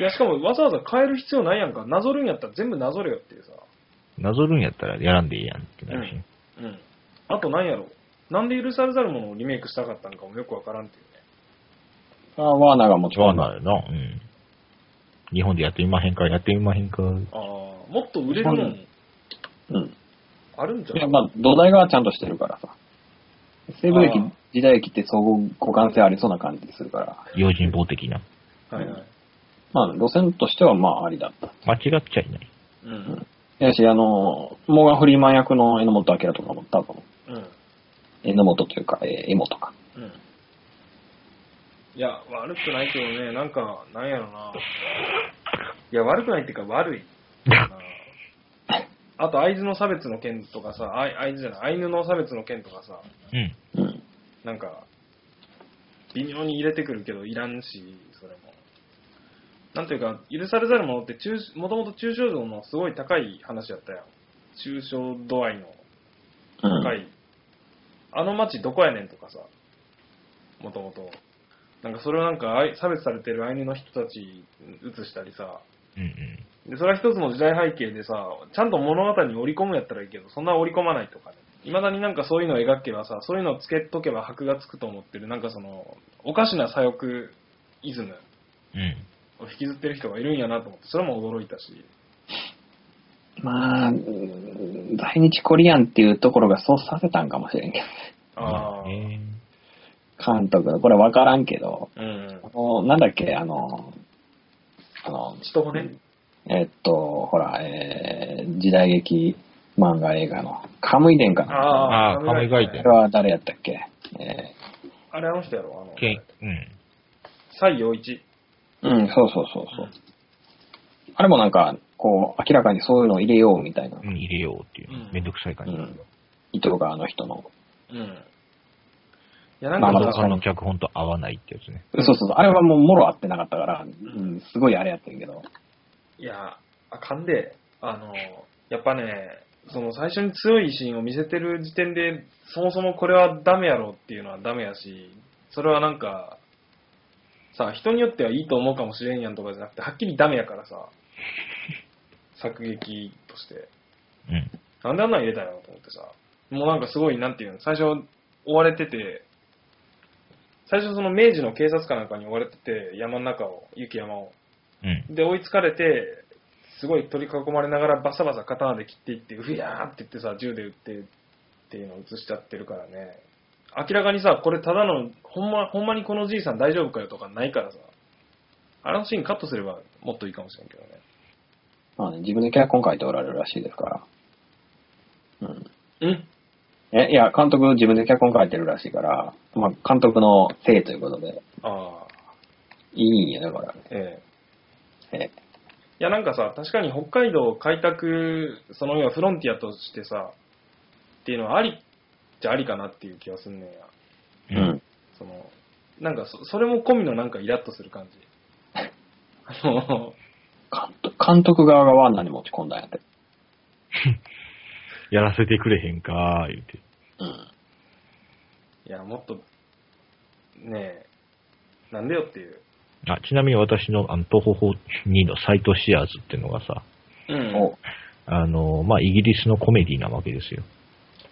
S1: いや、しかもわざわざ変える必要ないやんか。なぞるんやったら全部なぞれよっていうさ。
S2: なぞるんやったらやらんでいいやんってなるしね。
S1: うん。あとなんやろ。なんで許されざるものをリメイクしたかったんかもよくわからんっていうね。
S3: あワーナーが持ち
S2: 一番
S3: 込ん
S2: な
S3: だ。
S2: るな。うん。日本でやってみまへんか、やってみまへんか。
S1: ああ、もっと売れるも
S3: そうんうん。
S1: あるんじゃ
S3: い
S1: な
S3: や、
S1: い
S3: まあ、土台がちゃんとしてるからさ。西部駅
S1: ああ、
S3: 時代駅って相互互換性ありそうな感じするから。
S2: 用心棒的な。
S1: はいはい。
S3: まあ、路線としてはまあ、ありだった。
S2: 間違っちゃいない。
S1: うん。
S3: やし、あの、モーガン・フリーマン役の榎本明とかも多分、
S1: うん。
S3: 榎本というか、えー、エモとか。
S1: うん。いや、悪くないけどね、なんか、なんやろな。いや、悪くないっていうか悪い。あと、会津の差別の件とかさ、あい会津じゃない、アイヌの差別の件とかさ、
S2: うん。
S3: うん。
S1: なんか、微妙に入れてくるけど、いらんし、それも。なんていうか、許されざるものって中、もともと抽象度のすごい高い話やったやん。抽象度合いの
S3: うん。
S1: 高い。あの街どこやねんとかさ、もともと。なんかそれをなんか、あい差別されてるアイヌの人たち映したりさ、
S2: うんうん。
S1: で、それは一つの時代背景でさ、ちゃんと物語に織り込むやったらいいけど、そんな織り込まないとかね。未だになんかそういうのを描けばさ、そういうのをつけとけば箔がつくと思ってる、なんかその、おかしな左翼イズム
S2: うん。
S1: を引きずってる人がいるんやなと思って、それも驚いたし。
S3: まあ、うん在日コリアンっていうところがそうさせたんかもしれんけど、
S1: ああ、
S2: ね
S3: 監督の、これわからんけど、
S1: うん。
S3: あの、なんだっけ、あの、あの、
S1: 人もね、
S3: えっと、ほら、えー時代劇漫画映画の、カムイ伝かな。
S1: ああ
S2: ああ、亀がい
S3: あ
S2: て
S3: れ。は誰やったっけえ
S1: あれあの人やろ、あの、
S2: けうん。
S1: 西洋一。
S3: ーうん、そうそうそうそう。あれもなんか、こう、明らかにそういうのを入れようみたいな、
S2: うん、入れようっていう
S1: ん
S2: う。めんどくさい感じ。
S3: うん糸があの人の。
S1: うん。いや、なん
S2: まあ、
S3: ま
S1: か
S3: あ
S2: ま
S1: さ
S2: さんの脚本と合わないってやつね。
S3: そうそうそう、あれはもうもろ合ってなかったから、うん、すごいあれやってんけど。
S1: いや、あかんで、あの、やっぱね、その最初に強いシーンを見せてる時点で、そもそもこれはダメやろっていうのはダメやし、それはなんか、さあ、人によってはいいと思うかもしれんやんとかじゃなくて、はっきりダメやからさ、作劇として。
S2: うん。
S1: なんであんなん入れたんやろと思ってさ、もうなんかすごい、なんていうの、最初追われてて、最初その明治の警察官なんかに追われてて、山の中を、雪山を。
S2: うん。
S1: で、追いつかれて、すごい取り囲まれながらバサバサ刀で切っていって、うやーって言ってさ、銃で撃ってっていうのを映しちゃってるからね。明らかにさ、これただの、ほんま、ほんまにこのじいさん大丈夫かよとかないからさ。あのシーンカットすればもっといいかもしれんけどね。
S3: まあね、自分で脚本書いておられるらしいですから。う
S1: う
S3: ん。
S1: ん
S3: え、いや、監督自分で脚本書いてるらしいから、まあ、監督のせいということで、
S1: ああ、
S3: いいんよね、これはね。
S1: ええ。
S3: え
S1: いや、なんかさ、確かに北海道開拓、その要はフロンティアとしてさ、っていうのはありっちゃありかなっていう気はすんねんや。
S3: う。ん。
S1: その、なんかそ、それも込みのなんかイラッとする [LAUGHS] 感じ。あの、
S3: 監督監督側がワンナに持ち込んだんやって。
S2: やらせてくれへんかー、言うて。
S3: うん。
S1: いや、もっと、ねえ、なんでよっていう。
S2: あ、ちなみに私の、あの、東方2のサイトシアーズっていうのがさ、
S1: うん。
S3: お
S2: あの、まあ、イギリスのコメディなわけですよ。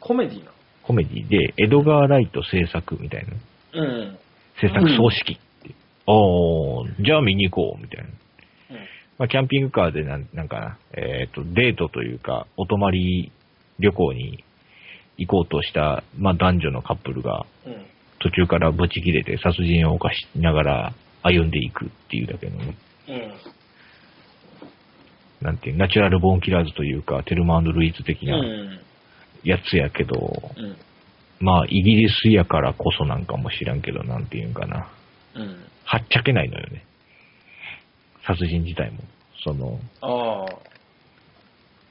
S1: コメディな。
S2: コメディで、エドガー・ライト制作みたいな。
S1: うん。うん。
S2: 制作葬式って。おー、じゃあ見に行こう、みたいな。まあ、キャンピングカーでなん、なんかな、えっ、と、デートというか、お泊まり旅行に行こうとした、まあ、男女のカップルが、
S1: うん。
S2: 途中からブチ切れて殺人を犯しながら歩んでいくっていうだけの、
S1: うん。
S2: なんていう、ナチュラルボーンキラーズというか、テルマルイーズ的
S1: う。
S2: なんやつやけど、
S1: うん。
S2: まあ、イギリスやからこそなんかも知らんけど、なんていうんかな。
S1: うん。
S2: はっちゃけないのよね。殺人自体も。その、
S1: あ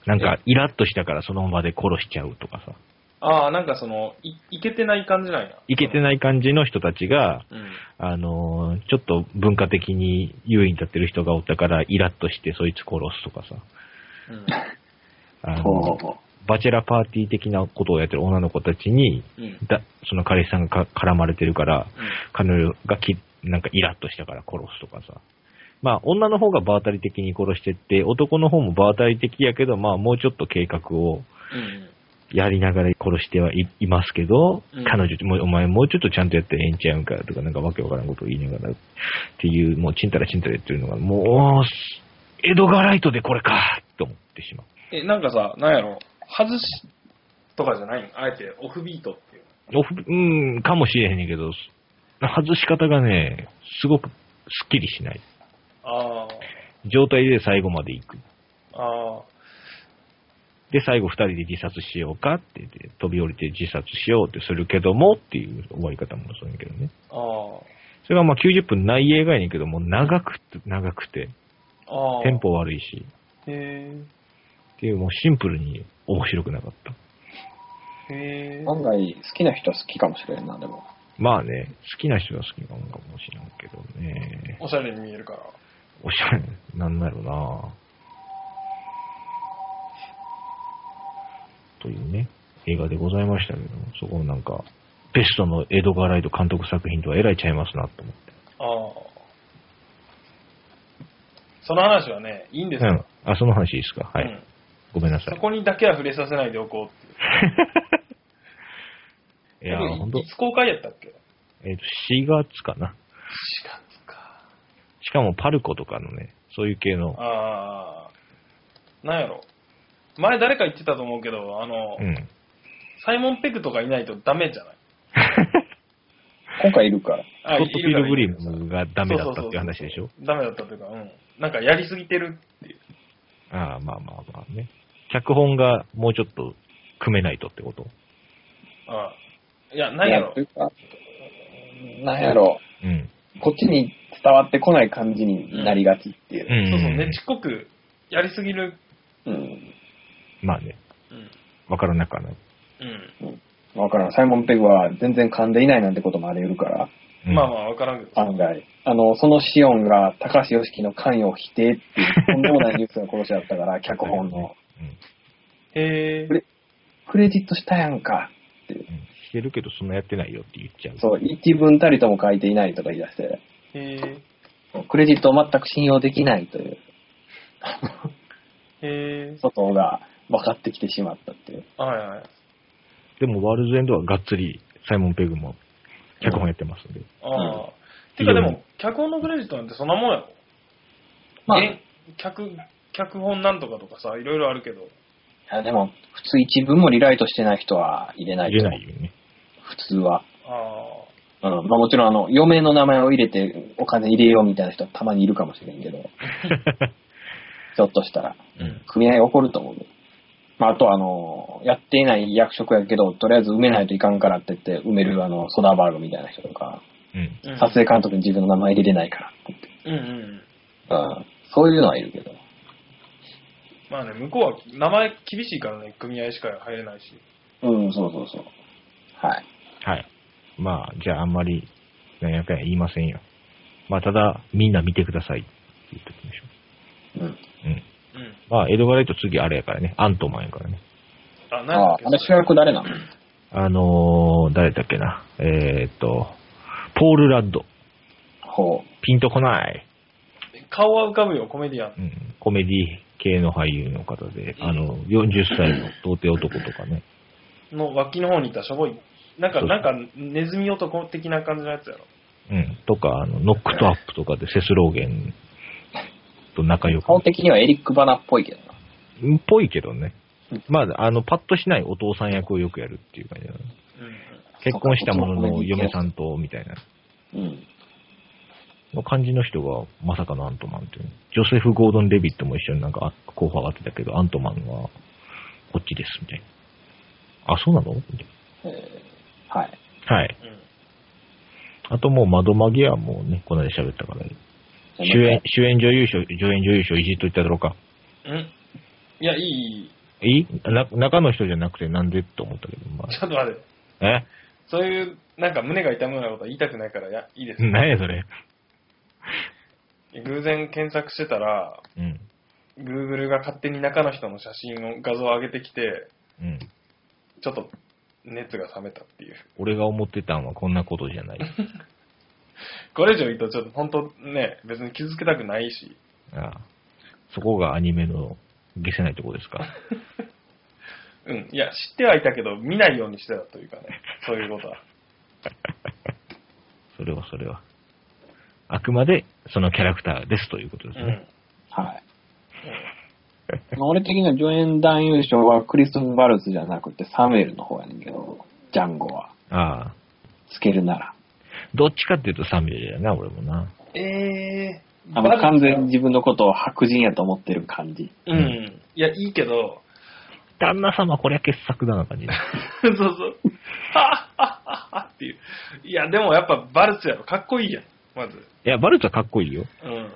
S2: なんか、イラッとしたからその場で殺しちゃうとかさ。
S1: あ。ああ、なんかその、い、いけてない感じなんや。
S2: いけて
S1: い。
S2: ない感じの人たちが、
S1: うん。
S2: あのーちょっと文化的に優位に立ってる人がおったから、イラッとしてそいつ殺すとかさ。
S1: うん。
S2: あの
S3: ほうほうほ
S2: バチェラパーティー的なことをやってる女の子たちに、
S1: うん。うん。
S2: だその彼氏さんがか絡まれてるから、彼女がきなんかイラッとしたから殺すとかさ。まあ、女の方が場当たり的に殺してって、男の方も場当たり的やけど、まあ、もうちょっと計画を
S1: うん。
S2: やりながら殺してはいいますけど、
S1: うん
S2: 彼女もう、お前もうちょっとちゃんとやってええんちゃうんかとか、なんかわけわからんことを言いながら、っていう、もうちんたらちんたら言ってるのが、もう、エドガーライトでこれかと思ってしまう。
S1: え、なんかさ、なんやろ、外しとかじゃないんあえてオフビートっていう。
S2: オフ、うん、かもしれへんねんけど、外し方がね、すごくスッキリしない。
S1: あ
S2: 状態で最後まで行く。
S1: あ。ああ。
S2: で、最後二人で自殺しようかって言って、飛び降りて自殺しようってするけどもっていう終わり方もそうやけどね。
S1: あ
S2: それがまあ90分ない映画やねんけど、もう長くて、長くて、
S1: あ。ああ。
S2: テンポ悪いし、
S1: へえ。
S2: っていう、もうシンプルに面白くなかった。
S1: へえ。
S3: 案外好きな人は好きかもしれんな、でも。
S2: まあね、好きな人は好きなのかもしれんけどね。
S1: おしゃれに見えるから。
S2: おしゃれ、なんだろうなというね、映画でございましたけど、そこもなんか、ベストのエドガー・ライト監督作品とはえらいちゃいますなと思って。
S1: ああ。その話はね、いいんです
S2: う
S1: よ。
S2: ん。あ、その話いいですかはい、
S1: うん
S2: ごめんなさ
S1: そ
S2: い。
S1: こにだけは触れさせないでおこうっていう。
S2: いやー、ほんと、
S1: いつ公開やったっけ ?4
S2: えっ、と、4月かな。
S1: 月か。
S2: しかもパルコとかのね、そういう系の、
S1: ああ。なんやろ。前誰か言ってたと思うけど、あの、
S2: うん。
S1: サイモン・ペクとかいないとダメじゃない
S3: 今回いるから。
S1: あ
S2: トップフィールドグリ
S1: いるからいる
S2: ムがダメだったっていう話でしょ
S1: ダメだったというか、うん。なんかやりすぎてるっていう。
S2: ああ、まあまあまあね。脚本がもうちょっと組めないとってこと
S1: ああ。いや、なんやろ
S3: とい。うかなんやろ。
S2: うん。
S3: こっちに伝わってこない感じになりがちっていうう。
S2: ん。
S1: そうそう、ねちっこくやりすぎる。
S3: うん。
S2: まあね、
S1: うん。
S2: わからなくはない。
S1: うん。
S3: わ、からん。サイモン・ペグは全然噛んでいないなんてこともあり得るから、
S2: うん
S1: まあまあ、わからんけど。
S3: 案外。あの、そのシオンが高橋良樹の関与を否定っていう、とんでもないニュースが殺しだったから、脚本の。
S2: うん。
S1: へえ
S3: こ。れクレジットしたやんか。
S2: うん。してるけど、そんなやってないよって言っちゃう。
S3: そう、一文たりとも書いていないとか言い出して、
S1: へえ。
S3: クレジットを全く信用できないという、
S1: へえ。
S3: 外が分かってきてしまったっていう。
S1: はいはい。
S2: でも、ワールズエンドはがっつり、サイモン・ペグも脚本やってますんで。
S1: ああ。
S2: う
S1: て
S2: ん
S1: かでも、脚本のクレジットなんてそんなもんやろ。
S3: まあ、
S1: 原
S3: い
S1: 脚、脚本なんとかとかさ、いろいろあるけど。
S3: やでも、普通一文もリライトしてない人は入れない
S2: 入れ
S3: と
S2: な
S3: 思う
S2: いよね。
S3: 普通は。
S1: あ
S3: うん。まあもちろん、あの、嫁の名前を入れてお金入れようみたいな人はたまにいるかもし
S2: [LAUGHS]
S3: れんけど、ひょっとしたら、
S2: うん。
S3: 組合が起こると思うね。まあ、あとはあの、やっていない役職やけど、とりあえず埋めないといかんからって言って、埋めるあの、ソダーバーグみたいな人とか、
S2: うん。
S1: あ。うん
S3: 撮影監督に自分の名前入れれないからって
S1: うんうん。
S3: うん。そういうのはいるけど。
S1: まあね、向こうは名前厳しいからね、組合しか入れないし。
S3: うん、そうそうそう。はい。
S2: はい。まあ、じゃあ、あんまり、なんやかんや言いませんよ。まあ、ただ、みんな見てくださいって言っておきましょ
S3: うん。
S2: う。うん。
S1: うん。
S2: まあ、エドガー・ライト次あれやからね。アントマンやからね。
S1: あ、なんだ
S3: あ
S1: っ
S3: あ
S1: け、
S3: あれ主役誰なの
S2: あのー、誰だっけな。えーっと、ポール・ラッド。
S3: ほ
S2: ピンとこない。
S1: 顔は浮かぶよ、コメディアン。
S2: うん。コメディ系の俳優の方で、
S1: うん
S2: あの、40歳の童貞男とかね。
S1: の脇の方にいたしょぼい。なんか、
S2: そう
S1: なんか、ネズミ男的な感じのやつやろ。
S2: うん。とか、あの、ノックトアップとかでセスローゲンと仲良
S3: う。
S2: く。
S3: 顔的にはエリック・バナっぽいけどな。
S2: うんっぽいけどね
S3: うん。
S2: まあ、あの、パッとしないお父さん役をよくやるっていう感じだね。
S1: う
S2: 結婚したもの
S3: そうか
S2: の嫁さんと、みたいな。
S3: うん。
S2: の感じの人が、まさかのアントマンっていう。ジョセフ・ゴードン・レビットも一緒になんか、候補上がってたけど、アントマンは、こっちです、みたいな。あ、そうなのみたい
S3: えーはい。
S2: なはい。
S1: ん。うん。
S2: あともう、窓マギアもね、この間喋ったから、
S3: じゃあ
S2: 主演、主演女優賞、助演女優賞いじっといただろうか。
S1: うんいや、いい、いい。
S2: いいな、中の人じゃなくてなんでって思ったけど、ま
S1: ちょっと待って。
S2: あ、え
S1: そういう、なんか胸が痛むようなことは言いたくないから、いや、いいです。
S2: 何やそれ。
S1: 偶然検索してたら、
S2: うん。
S1: Google が勝手に中の人の写真を、画像を上げてきて、
S2: うん。
S1: ちょっと熱が冷めたっていう。
S2: 俺が思ってたんはこんなことじゃない。
S1: これ以上言うと、ちょっと本当ね、別に傷つけたくないし、
S2: ああそこがアニメの消せないとこですか。
S1: うん、いや、知ってはいたけど、見ないようにしてたというかね、そういうことは。
S2: それはそれは。あくまでそのキャラクターですということで
S1: う
S2: す
S1: ん。
S2: ね。
S3: [LAUGHS] はい。まあ俺的には助演男優賞はクリストフ・バルスじゃなくてサムエルの方やねんけど、ジャンゴは。
S2: ああ。
S3: つけるなら。
S2: どっちかっていうとサミュエルやな、俺もな。
S1: うん [LAUGHS] えー、
S3: あの、完全に
S1: に。
S3: 自分のことを白人やと思ってる感じ。
S1: うん。いや、いいけど、
S2: 旦那様こりゃ傑作だな感じ。
S1: [LAUGHS] そうそう。はっはっはっはっていう。いや、でもやっぱバルツやろ。かっこいいやん。まず。
S2: いや、バルツはかっこいいよ。
S1: うん。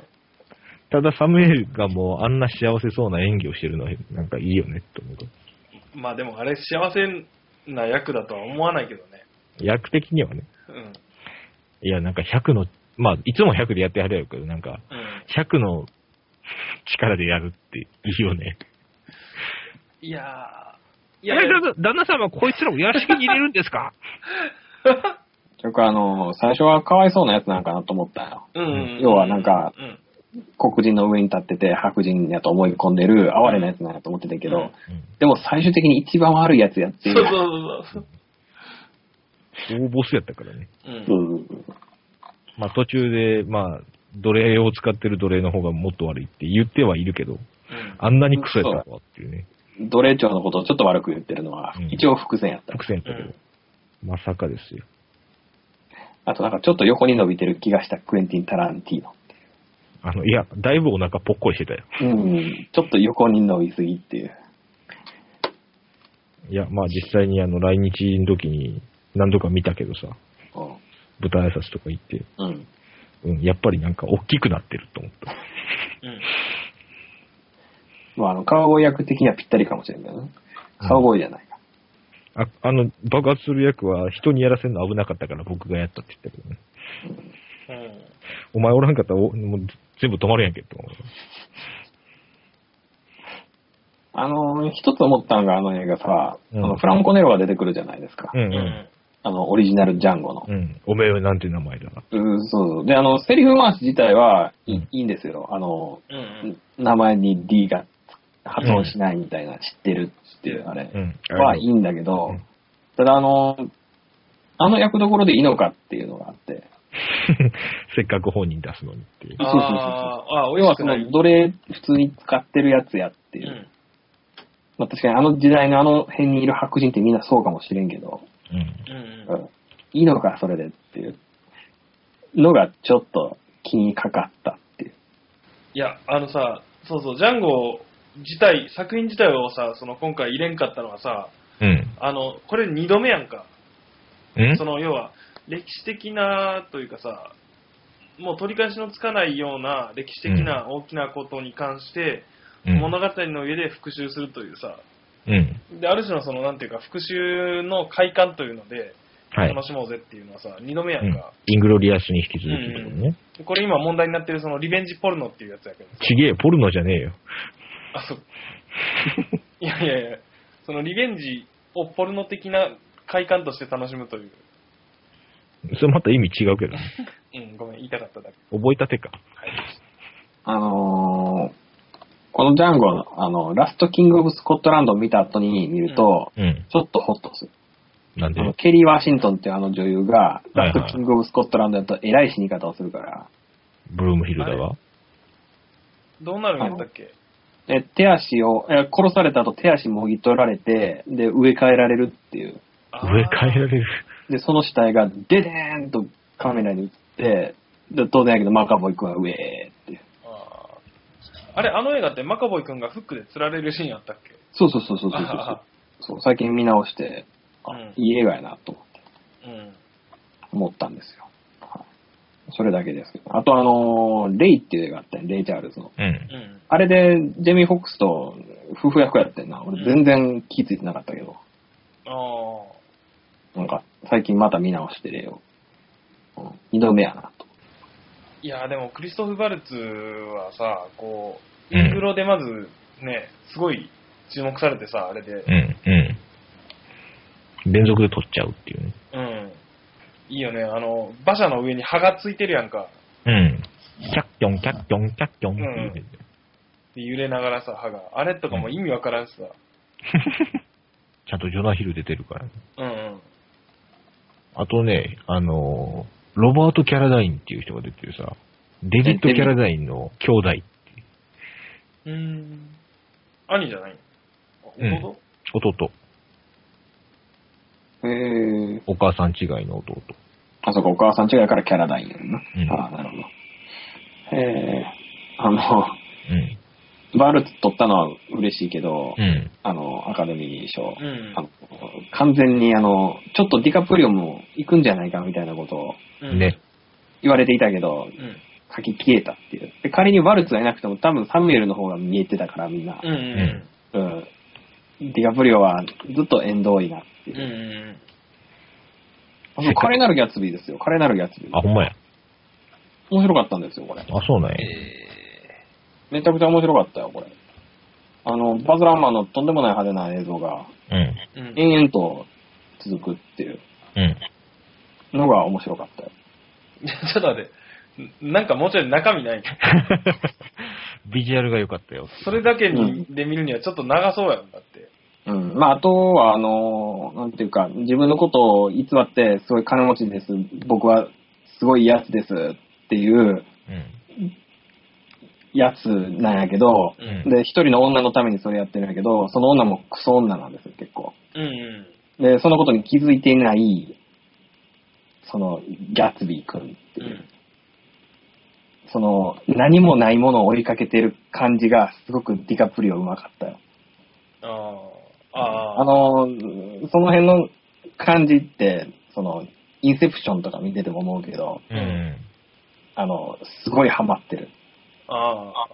S2: ただサムエルがもうあんな幸せそうな演技をしてるのはなんかいいよねって思うと。
S1: まあでもあれ幸せな役だとは思わないけどね。
S2: 役的にはね。
S1: うん。
S2: いや、なんか100の、まあ、いつも100でやってはるやろうけど、なんか、
S1: うん。
S2: 100の力でやるっていいよね。
S1: いやー。い
S2: い
S1: やいや、
S2: 旦那様、こいつらを屋敷に入れるんです [LAUGHS] か
S3: よくあの、最初はかわいそうなやつなんかなと思ったよ。
S1: うん。
S3: 要はなんか
S1: うん。
S3: 黒人の上に立ってて白人やと思い込んでる哀れなやつなんやと思ってたけど、
S1: うん
S3: でも最終的に一番悪いやつやって
S1: そ
S3: いうう
S1: そう
S3: やん
S1: そうそう。
S2: 大ボスやったからね。
S1: うん。
S3: うん
S2: まあ、途中で、まあ、奴隷を使ってる奴隷の方がもっと悪いって言ってはいるけど、
S1: うん
S2: あんなにクソやったのかっていうね、
S3: 奴隷長のことをちょっと悪く言ってるのは
S2: うん、
S3: 一応伏線やった。
S2: 伏線やったけど、まさかですよ。
S3: あとなんかちょっと横に伸びてる気がしたクエンティン・タランティーノ。
S2: あの、いや、だいぶお腹ぽっこりしてたよ。
S3: うん、ちょっと横に伸びすぎっていう。
S2: いや、まあ実際にあの、来日の時に何度か見たけどさ、舞台挨拶とか行って、
S3: うん。
S2: うん、やっぱりなんか大きくなってると思った。
S1: うん。
S3: まあ、あの、カウボーイ役的にはぴったりかもしれないね。カウボーイじゃないか。
S2: ああの、爆発する役は人にやらせるの危なかったから僕がやったって言ったけどね。
S1: うん。
S2: お前おらんかったらおもう全部止まるやんけと思う。
S3: あの、一つ思ったのがあの映画さ、
S2: うん
S3: あのフランコネロが出てくるじゃないですか。
S2: うん
S1: うん。
S2: う
S3: あの、オリジナルジャンゴの。
S2: ん。うん。おめえはなんて名前だ
S3: うん、そうそう。で、あの、セリフ回し自体は
S2: う
S3: い
S2: ん
S3: いいんですよ。あの、
S1: うん。
S3: 名前に D が発音しないみたいな、知ってるっていうあれ
S2: うん。
S3: はいいんだけど
S2: うん、
S3: ただあの、あの役どころでいいのかっていうのがあって、
S2: [LAUGHS] せっかく本人出すのにっていう。
S1: あ
S3: そうそうそうそう
S1: あ、あー、美
S3: 要
S1: 味
S3: は
S1: しく
S3: そ
S1: ない
S3: の、。奴隷普通に使ってるやつやって
S1: う
S3: いう。
S1: ん。
S3: まあ確かにあの時代のあの辺にいる白人ってみんなそうかもしれんけど、
S2: うん。
S1: うん
S3: うん、いいのか、それでっていうのがちょっと気にかかったっていう。
S1: いや、あのさ、そうそう、ジャンゴ自体、作品自体をさ、その今回入れんかったのはさ、
S2: うん。
S1: あの、これ2度目やんか。
S2: うん
S1: その、要は、歴史的なというかさ、もう取り返しのつかないような歴史的な大きなことに関して、
S2: うん
S1: 物語の上で復讐するというさ、
S2: うん。
S1: で、ある種のその、なんていうか、復讐の快感というので、
S2: はい。
S1: 楽しもうぜっていうのはさ、2度目や
S2: うんん
S1: か。
S2: イングロリアスに引き続きってことね。
S1: これ今問題になってる、その、リベンジポルノっていうやつやけどさ
S2: ちげえよ、ポルノじゃねえよ。
S1: あ、そう。 [LAUGHS] いやいやいや、そのリベンジをポルノ的な快感として楽しむという。
S2: それまた意味違うけどね。
S1: うん、ごめん、言いたかっただけ。
S2: 覚えたてか。
S3: あのーこのジャンゴの、あの、ラストキングオブスコットランドを見た後に見ると、
S2: うん。
S3: ちょっとホッとする。
S2: なんで
S3: あの、ケリー・ワシントンっていうあの女優が、
S2: はいは
S3: ラ
S2: い
S3: ストキングオブスコットランドやと偉い死に方をするから、
S2: ブルームヒルダが
S1: どうなるんやったっけ
S3: え手足を、え殺された後手足もぎ取られて、で、植え替えられるっていう。
S1: あー
S2: 植え替えられる。
S3: で、その死体がデデーンとカメラに行って、で当然やけどマカボイ君は上ーって。
S1: あーあれ、あの映画ってマカボイ君がフックで釣られるシーンあったっけ
S3: そうそうそうそうそうそ
S1: あ
S3: うそう。最近見直して、あ
S1: うん
S3: いい映画やなと
S1: ーうん。
S3: 思ったんですよ。はいそれだけですけど。あとあのーレイっていう映画あったよ、レイ・チャールズの。
S2: うん。
S1: うん。
S3: あれで、ジェミー・フォックスと夫婦役やってんな。俺全然気づいてなかったけど。
S1: ああ。
S3: なんか、最近また見直してレイを。うん二度目やなと。
S1: いや、でもクリストフ・バルツはさ、こう、
S2: うん
S1: イングロでまずね、すごい注目されてさ、あれで
S2: う。ん。うん。連続で取っちゃうっていうね。
S1: うん。いいよね、あの、馬車の上に歯がついてるやんか。
S2: うん。キャッキョン、キャッキョン、キャッキョンっていうね。
S1: で揺れながらさ、歯が。あれとかも意味わからんしさ。
S2: ちゃんとジョナヒル出てるからね。
S1: うんうん。
S2: あとね、あのー、ロバート・キャラダインっていう人が出てるさ、デビッド・キャラダインの兄弟、
S1: うーん。兄じゃない
S2: うん
S1: 弟、
S2: 弟、
S3: へえ。
S2: お母さん違いの弟。
S3: あそこお母さん違いからキャラダインやんな。
S2: うん
S3: ああ、なるほど。えー、あの、
S2: うん。
S3: バルツ取ったのは嬉しいけど、
S2: うん。
S3: あの、アカデミー賞、
S1: うん
S3: あの完全にあの、ちょっとディカプリオも行くんじゃないかみたいなことを
S1: うん。
S2: ね。
S3: 言われていたけど、
S1: うん。
S3: 書き消えたっていう。で仮にワルツはいなくても多分サムエルの方が見えてたからみんな。
S1: うんうん
S3: うん。ディカプリオはずっと縁遠いなって
S1: うん。う
S3: い
S1: んう
S3: う。
S1: ん
S3: あそう華麗なるギャツビーですよ。華麗なるギャツビー。
S2: あ、ほんまや。
S3: 面白かったんですよ、これ。
S2: あ、そうなんや
S1: うん。。え
S3: めちゃくちゃ面白かったよ、これ。あの、バズ・ラーマンのとんでもない派手な映像が
S2: うん。
S1: ーうん
S3: 延々と続くっていう
S2: うん。
S3: のが面白かったよ。
S1: [LAUGHS] ちょっと待って。んなんかもうちょい中身ない。
S2: ビジュアルが良かったよ。
S1: それだけに
S3: う
S1: で見るにはちょっと長そうやんだって。
S3: うん。まあ、あとは、あの、なんていうか、自分のことを偽って、すごい金持ちです。僕はすごいやつですっていう
S2: うん。
S3: やつなんやけど、
S1: う
S2: う
S1: ん。
S2: ん
S3: で、一人の女のためにそれやってるんやけど、その女もクソ女なんですよ、結構。
S1: うんうん。
S3: で、そのことに気づいていない、その、ギャッツビー君って
S1: う
S3: いう、
S1: ん
S3: その、何もないものを追いかけてる感じが、すごくディカプリオうまかったよ。
S1: ああ。
S3: あ
S1: ああ。
S3: のー、その辺の感じって、その、インセプションとか見てても思うけど、
S2: うん。うん
S3: あの、すごいハマってる。
S1: ああ。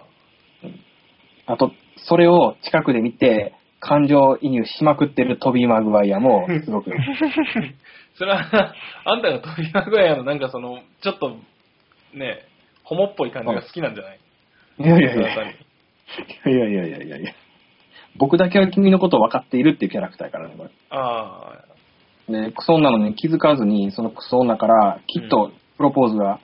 S3: あと、それを近くで見て、感情移入しまくってるトビー・マグワイアも、すごく。
S1: それは、 [LAUGHS] あんたが飛び名古屋のなんかその、ちょっと、ね、ホモっぽい感じが好きなんじゃない
S3: いやい
S1: い
S3: やいや。いやいやいやいやいや。僕だけは君のことを分かっているっていうキャラクターやからね、こ
S1: ああ。
S3: れ。ね、クソ女なのに気づかずに、そのクソ女から、きっとプロポーズが、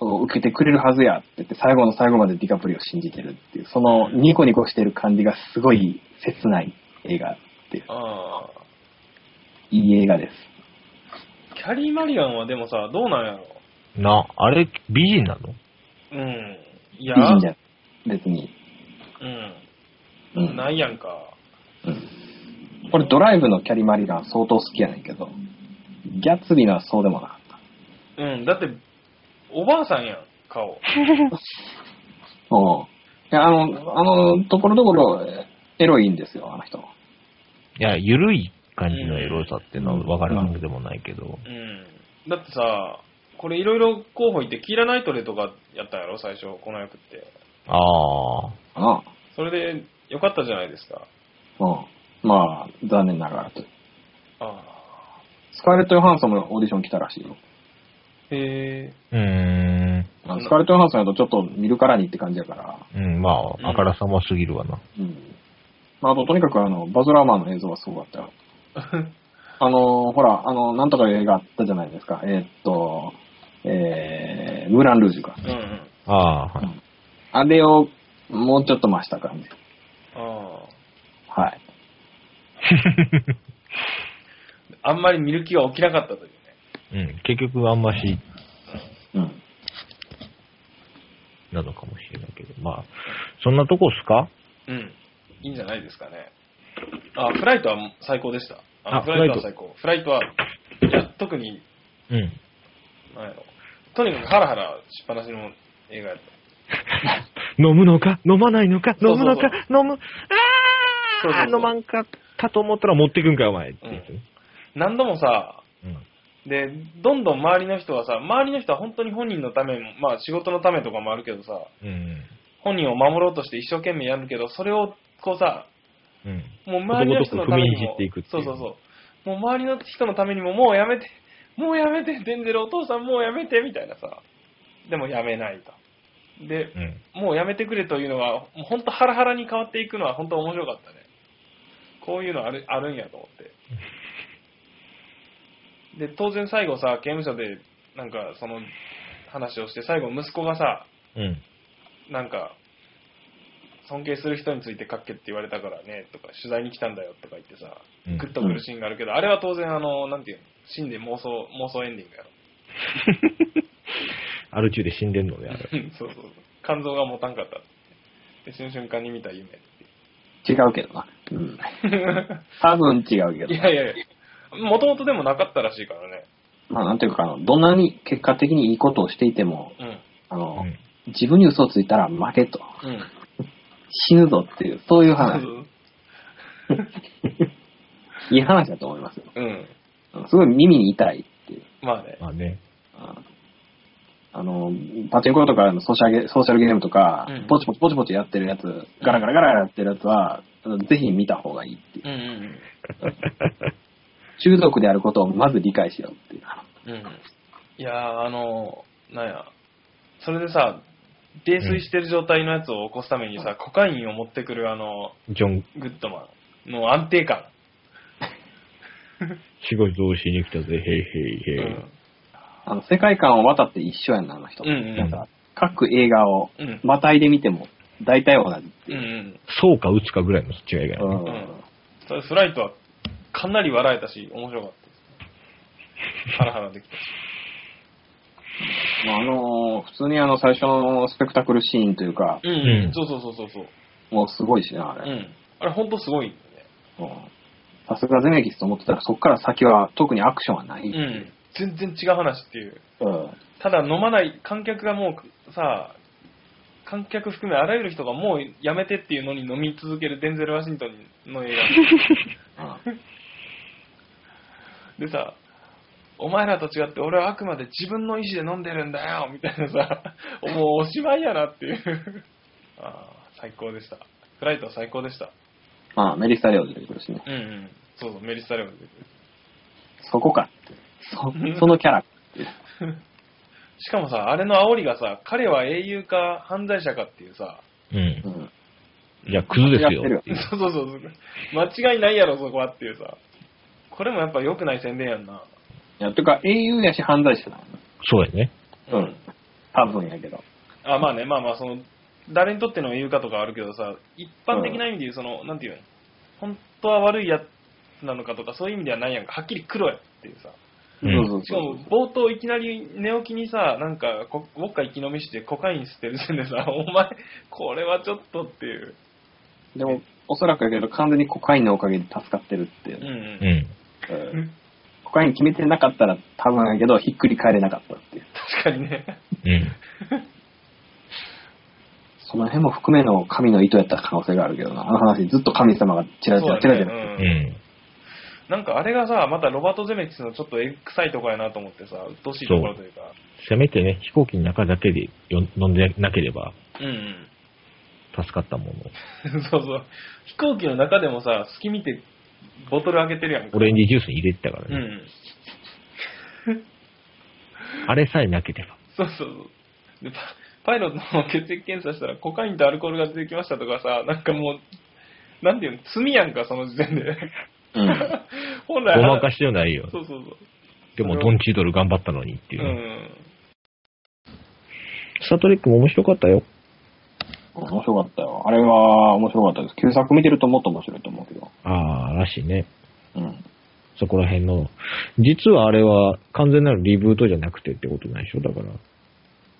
S3: を受けてくれるはずやって言って、最後の最後までディカプリを信じてるっていう、そのニコニコしてる感じがすごい切ない映画っていう、
S1: ああ。
S3: いい映画です。
S1: キャリー・マリアンはでもさ、どうなんやろ
S2: な、あれ、美人なの
S1: うん。い
S3: い
S1: や、
S3: いんじゃ、別に。
S1: う
S3: う。
S1: ん。なんいやんか。
S3: うん、これドライブのキャリマリラン相当好きやねんけど、ギャッツビーのはそうでもなかった。
S1: うん。だって、おばあさんやん、顔。
S3: おういや、あの、あの、ところどころ、えエロいんですよ、あの人。
S2: いや、ゆるい感じのエロさっていうのは分からなくでもないけど。
S1: うん。だってさ、これいろいろ候補いて、キーラ・ナイトレとかやったんやろ、最初、この役って。
S2: ああ。
S3: あ
S1: それで、よかったじゃないですか。
S3: あ、うん。まあ、残念ながらと。
S1: ああ。
S3: スカーレット・ヨハンソンもオーディション来たらしいよ。
S1: へえ。
S2: うーん。
S3: あのスカーレット・ヨハンソンやとちょっと見るからにって感じやから。
S2: うん、まあ、あからさますぎるわな。
S3: うん。まあ、あと、とにかくあの、バズ・ラーマンの映像はすごかったよ。あの、ほら、あの、なんとかいう映画あったじゃないですか。えーっと、えー、ムーラン・ルージュか。
S1: うんうん。
S2: ああ、はい。
S3: あれを、もうちょっと増した感じ。
S1: [LAUGHS] あ
S3: はい。
S1: あ。あんまり見る気が起きなかったというね。
S2: うん、結局あんまし
S3: うん。
S2: なのかもしれないけど。まあ、そんなとこっすか
S1: うん。いいんじゃないですかね。あ、フライトは最高でした。あ
S2: あ
S1: フライトは最高。フライトは、いや、特に、
S2: うん。
S1: なんやろ。とにかくハラハラしっぱなしの映画やった。
S2: 飲むのか飲まないのか
S1: そう
S2: 飲
S1: そう
S2: む
S1: そう
S2: のか飲む
S1: そう
S2: あ
S1: そ
S2: あ
S1: うそう
S2: 飲まんかったと思ったら持ってくんかよ、お前ってやつね。
S1: 何度もさ、
S2: うん。
S1: で、どんどん周りの人はさ、周りの人は本当に本人のためも、まあ仕事のためとかもあるけどさ、
S2: うん。
S1: 本人を守ろうとして一生懸命やるけど、それをこうさ、
S2: うん。
S1: もう周りの人のために
S2: ことごとく踏みにじ
S1: も
S2: っていくっ、て
S1: そ
S2: いうう
S1: そうそう。もう周りの人のためにも、もうやめて、もうやめて、デンゼルお父さんもうやめて、みたいなさ。でもやめないと。で、
S2: うん。
S1: もうやめてくれというのは、本当ハラハラに変わっていくのは本当面白かったね。こういうのあるあるんやと思って。で、当然最後さ、刑務所で、なんかその話をして、最後息子がさ、
S2: うん。
S1: なんか、尊敬する人について書けって言われたからね、とか、取材に来たんだよとか言ってさ、
S2: うん
S1: グッとくるシーンがあるけど、あれは当然あの、なんていうの、死んで妄想、妄想エンディングやろ。
S2: アル中で死んでんのね、あれ。
S1: [LAUGHS] そうそうそう。肝臓が持たんかったって。で、その瞬間に見た夢って
S3: 違うけどな。うん。多分違うけど
S1: い。やいやいや、もともとでもなかったらしいからね。
S3: まあ、なんていうか、あのどんなに結果的にいいことをしていても、
S1: うん。
S3: あの、
S2: うん
S3: 自分に嘘をついたら負けと。
S1: うん。
S3: 死ぬぞっていう、そういう
S1: そう
S3: 話
S1: そ。う
S3: いい話だと思いますよ。
S1: うん。
S3: うんすごい耳に痛いっていう。
S1: まあね。
S2: まあね。
S3: うんあの、パチンコとかのソーシャルソーシャルゲームとか、
S1: うん
S3: ポチポチポチポチやってるやつ、ガラガラガラガラやってるやつは、ぜひ見た方がいいっていう。
S1: うんうん
S3: 中毒であることをまず理解しろっていう。
S1: うん。うん。いやー、あの、なんや。それでさ、泥酔してる状態のやつを起こすためにさ、コカインを持ってくるあの、
S2: ジョン、
S1: グッドマンの安定感。
S2: 仕事をしに来たぜ、へいへ
S1: う
S2: いへい。
S1: ん。
S3: あの、世界観を渡って一緒やんな、あの人。
S1: うんうん
S3: なんか、各映画を
S1: うん
S3: またいで見ても、大体同じ。
S1: うんうん。
S2: そうか打つかぐらいの違いが
S3: う
S2: ね。
S3: ん。
S1: それフライトはかなり笑えたし、面白かった。ハラハラできたし。
S3: まあ、あのー普通にあの、最初のスペクタクルシーンというか、
S1: うん、
S2: う
S1: うんん。そうそうそうそうそう。
S3: もうすごいしな、あ
S1: う
S3: れ。
S1: ん。あれほんとすごいんだよね。
S3: うんさすがゼメキスと思ってたら、そっから先は特にアクションはない。
S1: うん。全然違う話っていう。
S3: うん
S1: ただ飲まない、観客がもうさ、観客含めあらゆる人がもうやめてっていうのに飲み続けるデンゼル・ワシントンの [LAUGHS] 映画。でさ、お前らと違って俺はあくまで自分の意思で飲んでるんだよみたいなさ、もうおしまいやなっていう。 [LAUGHS] ああ、最高でした。フライトは最高でした。
S3: まあ、メリッサレオ出てくるしね。
S1: うんうん。そうそう、メリッサレオン出てくる
S3: そこかって。そ、そのキャラ。
S1: しかもさ、あれの煽りがさ、彼は英雄か犯罪者かっていうさ、
S2: うん
S3: う。ん。
S2: いや、クズです
S3: やってる
S2: よ
S1: [LAUGHS]
S3: よ。
S1: そうそうそうそう。間違いないやろ、そこはっていうさ。これもやっぱ良くない宣伝やんな。
S3: いや、てか、英雄やし犯罪者な
S2: そうやね。
S3: の。うん。多分やけど。
S1: あ、まあね、まあまあ、その、誰にとっての言うかとかあるけどさ、一般的な意味で言う、その、なんていうの、本当は悪いやつなのかとか、そういう意味ではないやんか。はっきり黒やっていうさ。
S2: うん
S3: そう
S1: し
S3: そ
S1: か
S3: うそう
S1: も、。冒頭いきなり寝起きにさ、なんか、こウォッカ生き飲みしてコカイン吸ってる時点でさ、 [LAUGHS] お前、これはちょっとっていう。
S3: でも、おそらくやけど、完全にコカインのおかげで助かってるっていうう。
S1: ん
S2: う
S1: うん。
S2: ん。
S3: うんコカイン決めてなかったら、多分やけど、ひっくり返れなかったっていう。
S1: 確かにね。
S2: うん。
S3: その辺も含めの神の意図やった可能性があるけどな。あの話、ずっと神様がチラチ
S1: そ
S3: ラ
S1: う
S3: チ
S1: だね
S3: ラチラ。
S1: うん
S2: うん。
S1: なんかあれがさ、またロバート・ゼメキスのちょっとエグ臭いとこやなと思ってさ、鬱陶しいところというか。
S2: せめてね、飛行機の中だけでよ飲んでなければ
S1: うん
S2: 助かったもの。
S1: うん。そうそう。飛行機の中でもさ、隙見てボトル開けてるやんか。
S2: オレンジジュースに入れてたから
S1: う
S2: ね。
S1: ん。
S2: あれさえなければ。
S1: そうそうそう。でパパイロットの血液検査したらコカインとアルコールが出てきましたとかさ、なんかもう、なんていうの、罪やんか、その時点で。 [LAUGHS]
S3: うん。
S1: 本来
S2: ごまかしてはないよ。
S1: そうそうそう。
S2: でも、ドンチードル頑張ったのにっていううね。
S1: ん。
S2: スタートレックも面白かったよ。
S3: 面白かったよ。あれは面白かったです。旧作見てるともっと面白いと思うけど。
S2: ああ、らしいね。
S3: うん。
S2: そこら辺の。実はあれは完全なるリブートじゃなくてってことないでしょだから。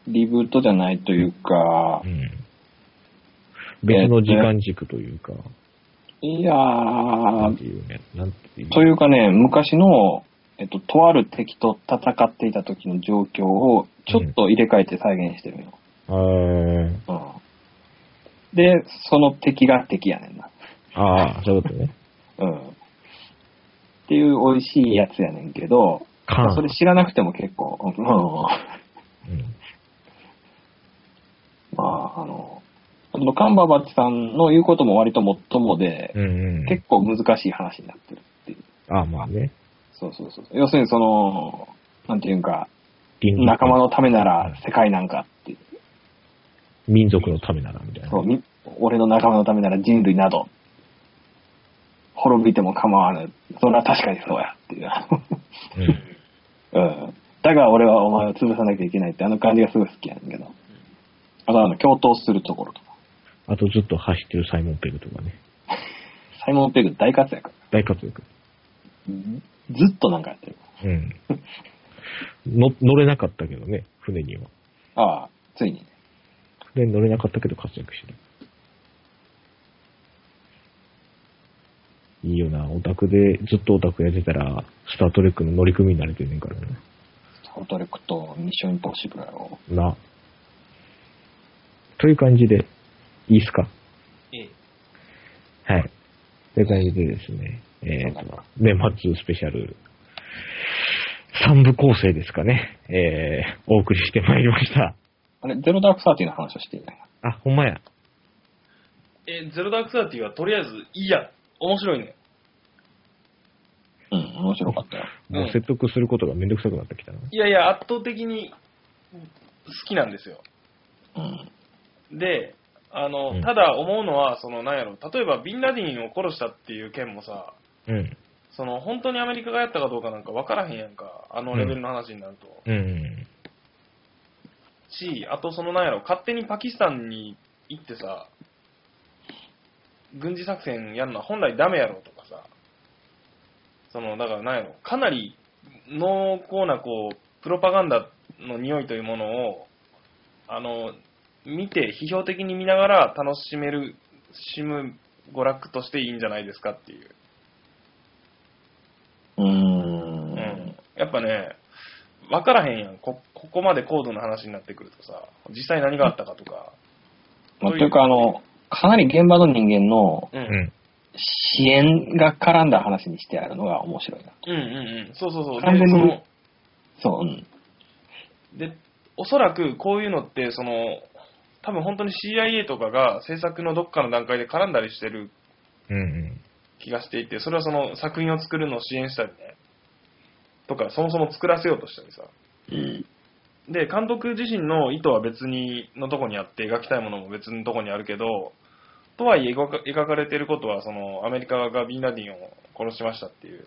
S3: リブートじゃないというか
S2: う、ん。別の時間軸というか、
S3: いや
S2: な
S3: ー
S2: ん、ていうね。なんていう。
S3: というかね、昔の、えっと、とある敵と戦っていた時の状況を、ちょっと入れ替えて再現してるよ。
S2: あー
S3: うん。で、その敵が敵やねんな。
S2: あー、そういうことね。
S3: うん。っていう美味しいやつやねんけど、
S2: カーン
S3: それ知らなくても結構、う
S2: う
S3: ん、
S2: ん
S3: まあ、あの、あのカンバーバッチさんの言うことも割ともっともで、
S2: うんうん。
S3: 結構難しい話になってるっていう。
S2: ああ、まあね。
S3: そうそうそう。要するにその、なんていうんか、
S2: 倫理
S3: 仲間のためなら世界なんかっていう。
S2: 民族のためならみたいな。
S3: そう、み俺の仲間のためなら人類など、滅びても構わぬ。それは確かにそうやっていう。
S2: う
S3: [LAUGHS]
S2: ん。
S3: うん。だが俺はお前を潰さなきゃいけないってあの感じがすごい好きやねんけど。あとあの、共闘するところとか。
S2: あとずっと走ってるサイモン・ペグとかね。
S3: サイモン・ペグ大活躍。
S2: 大活躍。
S3: ずっとなんかやってる。
S2: うん。の乗れなかったけどね、船には。
S3: ああ、ついに。
S2: 船に乗れなかったけど活躍してる。いいよな、オタクで、ずっとオタクやってたら、スタートレックの乗組になれてんねんからね。
S3: フォトレクとミッション・インポッシブルやろ。
S2: な。という感じで、いいっすか
S1: ええ
S2: はい。という感じでですね、えっ、と、年末スペシャル、三部構成ですかね、えー、お送りしてまいりました。
S3: あれ、ゼロダークサーティーの話をしていない。
S2: あ、ほんまや。
S1: え、ゼロダークサーティはとりあえずいいやん。面白いね。
S3: うん、面白かったよ。
S2: もう説得することがめんどくさくなってきたな。
S1: いやいや、圧倒的に好きなんですよ。
S3: うん。
S1: で、あの、
S2: うん
S1: ただ思うのは、その、なんやろ、例えばビンラディンを殺したっていう件もさ、
S2: うん。
S1: その、本当にアメリカがやったかどうかなんか分からへんやんか。あのレベルの話になると。
S2: うん。
S1: し、あとそのなんやろ、勝手にパキスタンに行ってさ、軍事作戦やるのは本来ダメやろとかさ、その、だからなんやろ、かなり濃厚なこう、プロパガンダの匂いというものを、あの、見て、批評的に見ながら楽しめる、しむ娯楽としていいんじゃないですかっていう。
S3: うー
S1: うんん。やっぱね、わからへんやん。こ、ここまで高度な話になってくるとさ、実際何があったかとか。
S3: まあ、というか、あの、かなり現場の人間の
S1: う
S2: うんん。
S3: 支援が絡んだ話にしてあるのが面白いな。
S1: うんうんうん。そうそうそう。
S3: 完
S1: で、
S3: 全に
S1: その、
S3: そう、うん。
S1: で、おそらくこういうのって、その、多分本当に CIA とかが制作のどっかの段階で絡んだりしてる
S2: うんうん。
S1: 気がしていて、それはその作品を作るのを支援したりね、とか、そもそも作らせようとしたりさ。
S3: うん。
S1: で、監督自身の意図は別にのとこにあって、描きたいものも別のとこにあるけど、とはいえ描か描かれてることは、その、アメリカがビンラディンを殺しましたっていう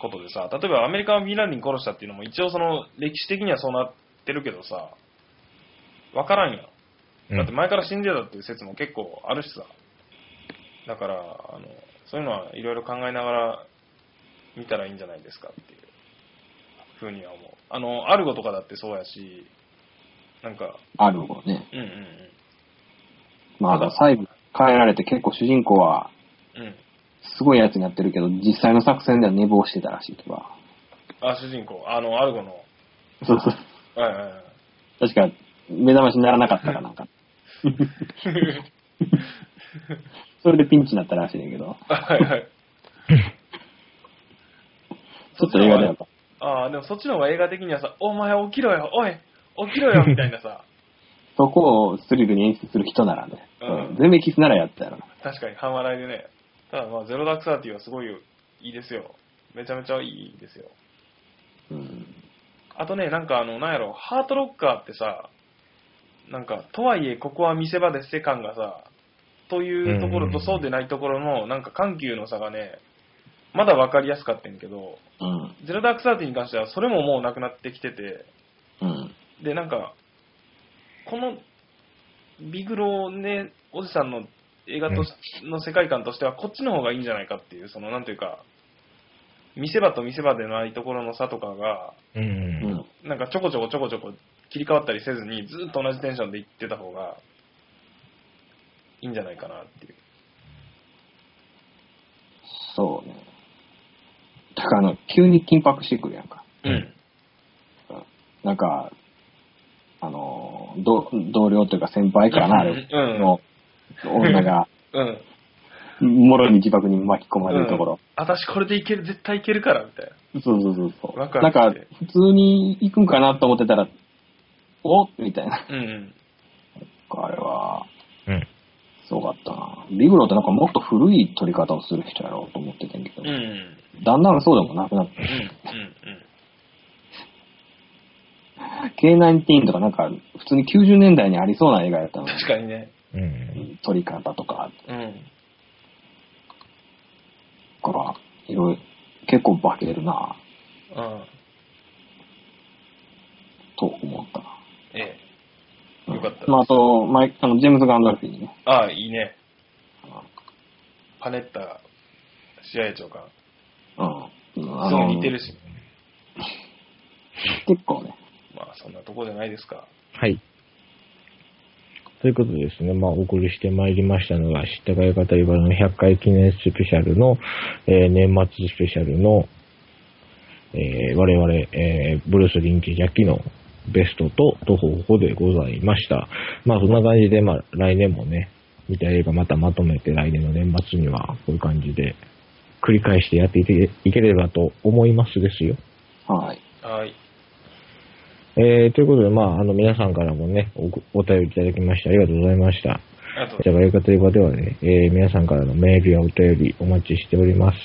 S1: ことでさ、例えばアメリカがビンラディン殺したっていうのも一応その、歴史的にはそうなってるけどさ、わからんやん。
S2: うん
S1: だって前から死んでたっていう説も結構あるしさ。だから、あの、そういうのはいろいろ考えながら見たらいいんじゃないですかっていうふうには思う。あの、アルゴとかだってそうやし、なんか、
S3: あるもね。
S1: うんうん
S3: まあ、最後変えられて結構主人公は
S1: うん。うん。
S3: すごいやつになってるけど、実際の作戦では寝坊してたらしいとか。
S1: あ、主人公、あの、アルゴの、
S3: そうそう。
S1: はいはいはい。
S3: 確か、目覚ましにならなかったかなんか。それでピンチになったらしいねんだけど、
S1: はいはい。
S3: ちょっと映画ではやっぱ、
S1: [LAUGHS] ああ、でもそっちの方が映画的にはさ、お前起きろよ、おい、起きろよ、みたいな [LAUGHS] さ、
S3: そこをスリルに演出する人ならね、
S1: うん
S3: 全面キスならやったやろな。
S1: 確かに半笑いでね。ただまあ、ゼロダークサーティはすごいいいですよ。めちゃめちゃいいですよ。
S3: うん。
S1: あとね、なんかあの、なんやろ、ハートロッカーってさ、なんか、とはいえ、ここは見せ場ですって感がさ、というところと
S2: うん
S1: そうでないところの、なんか緩急の差がね、まだわかりやすかったんやけど、
S3: うん。
S1: ゼロダークサーティに関してはそれももうなくなってきてて、
S3: うん。
S1: で、なんか、この、ビグロね、おじさんの映画とし、の世界観としては、こっちの方がいいんじゃないかっていう、その、なんていうか、見せ場と見せ場でないところの差とかが、
S2: うんう
S3: う
S2: ん
S3: ん。
S1: なんかちょこちょこちょこちょこ切り替わったりせずに、ずっと同じテンションで行ってた方が、いいんじゃないかなっていう。
S3: そうね。だからあの、急に緊迫してくるやんか。
S2: うん
S3: なんか、あの、同同僚というか先輩からな、あれ
S1: うんうん
S3: の、女が、
S1: うん。うん。
S3: もろに自爆に巻き込まれるところ。
S1: 私これでいける、絶対いけるから、みたいな。
S3: そうそうそうそう。
S1: ワ
S3: なん
S1: ク
S3: か
S1: ワクして、
S3: 普通に行くんかなと思ってたら、おみたいな。
S1: うんうん。
S3: あれは、
S2: うん。
S3: すごかったな。ビグロってなんかもっと古い撮り方をする人やろうと思ってたんやけど、
S1: うん。うん。
S3: だんだんそうでもなくなって、
S1: うん。
S3: K-19 とかなんか、普通に90年代にありそうな映画やった
S1: うん。
S3: の。
S1: 確かにね。
S2: うん。
S3: 撮り方とか、
S1: うん。
S3: から、いろいろ、結構化けるな
S1: うん。
S3: と思ったな。
S1: え
S3: うん
S1: よかった
S3: まあ、あと、マイあの、ジェームズ・ガンダルフィーにね
S1: え。、ああ、いいね。
S3: あ
S1: パネッタ、試合長官。
S3: のうん。あ
S1: すご
S3: の
S1: い似てるし。
S3: 結構ね、
S1: まあ、そんなとこじゃないですか。
S2: はい。ということでですね、まあ、お送りしてまいりましたのが、知ったかよかたいばの100回記念スペシャルの、えー年末スペシャルの、えー我々、えーブルース・リンキー・ジャッキーのベストと、徒歩歩でございました。まあ、そんな感じで、まあ、来年もね、見た映画またまとめて、来年の年末には、こういう感じで、繰り返してやっていけいければと思いますですよ。
S3: はい。
S1: はい。
S2: えー、ということで、まあ、あの、皆さんからもね、おお便りいただきまして、ありがとうございました。
S1: ありがとうござ
S2: じゃ
S1: い
S2: がよかということではね、えー皆さんからのメールやお便りお待ちしております。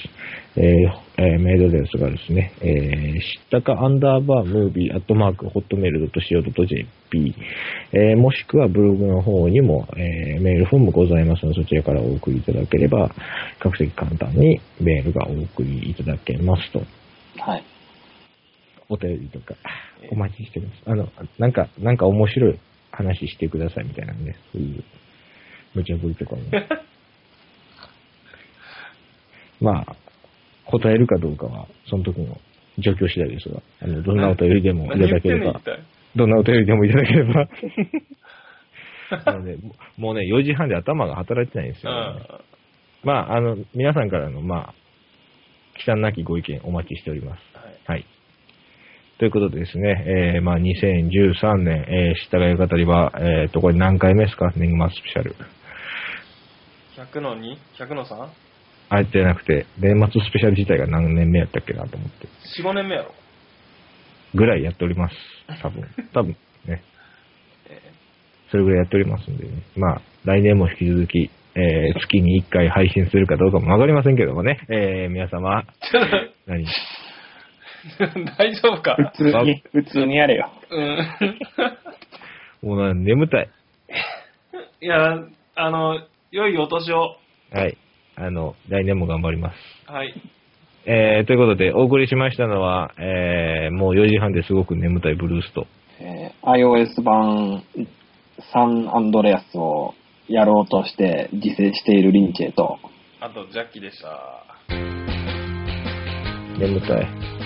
S2: えーえーメールアドレスがですね、えー、知ったかアンダーバームービーアットマークホットメール .co.jp、えーもしくはブログの方にも、えーメールフォームございますので、そちらからお送りいただければ、比較的簡単にメールがお送りいただけますと。
S3: はい。
S2: お便りとか、お待ちしてます。あの、なんか、なんか面白い話してくださいみたいなね、そういう、無茶ぶりと
S1: [LAUGHS]
S2: かも。まあ、答えるかどうかは、その時の状況次第ですが、あの、どんなお便りでも
S1: ま
S2: い
S1: [LAUGHS] す。何
S2: た
S1: 言って
S2: だ
S1: ん
S2: けれ
S1: の一
S2: ば、
S1: 体。
S2: どんなお便りでもいただけ
S1: [LAUGHS]
S2: れば。なので、もうもうね、4時半で頭が働いてないんですよ、ね。
S1: あ
S2: まあ、あの、皆さんからの、まあ、忌憚なきご意見お待ちしております。
S1: あはい。
S2: はい。ということでですね、えー、まあ2013年、えー、知ったがよかたりは、えっ、と、これ何回目ですかネグマスペシャル。
S1: 100の 2?100 の 3?
S2: あえてじゃなくて、年末スペシャル自体が何年目やったっけなと思って。
S1: 4、5年目やろ。
S2: ぐらいやっております。多分。多分ね。それぐらいやっておりますんでね。まあ、来年も引き続き、えー、月に1回配信するかどうかもわかりませんけどもね。えー、皆様、
S1: ちょっ
S2: 何
S1: と [LAUGHS] 大丈夫か
S3: 普通に、普通にやれよ。
S1: うん。
S2: もうな眠たい。
S1: いや、あの、良いお年を。
S2: はい。あの、来年も頑張ります。
S1: はい。
S2: えーということで、お送りしましたのは、えーもう4時半ですごく眠たいブルースと。
S3: えー iOS 版サンアンドレアスをやろうとして自制しているリンチェと、
S1: あと、ジャッキでした。
S2: 眠たい。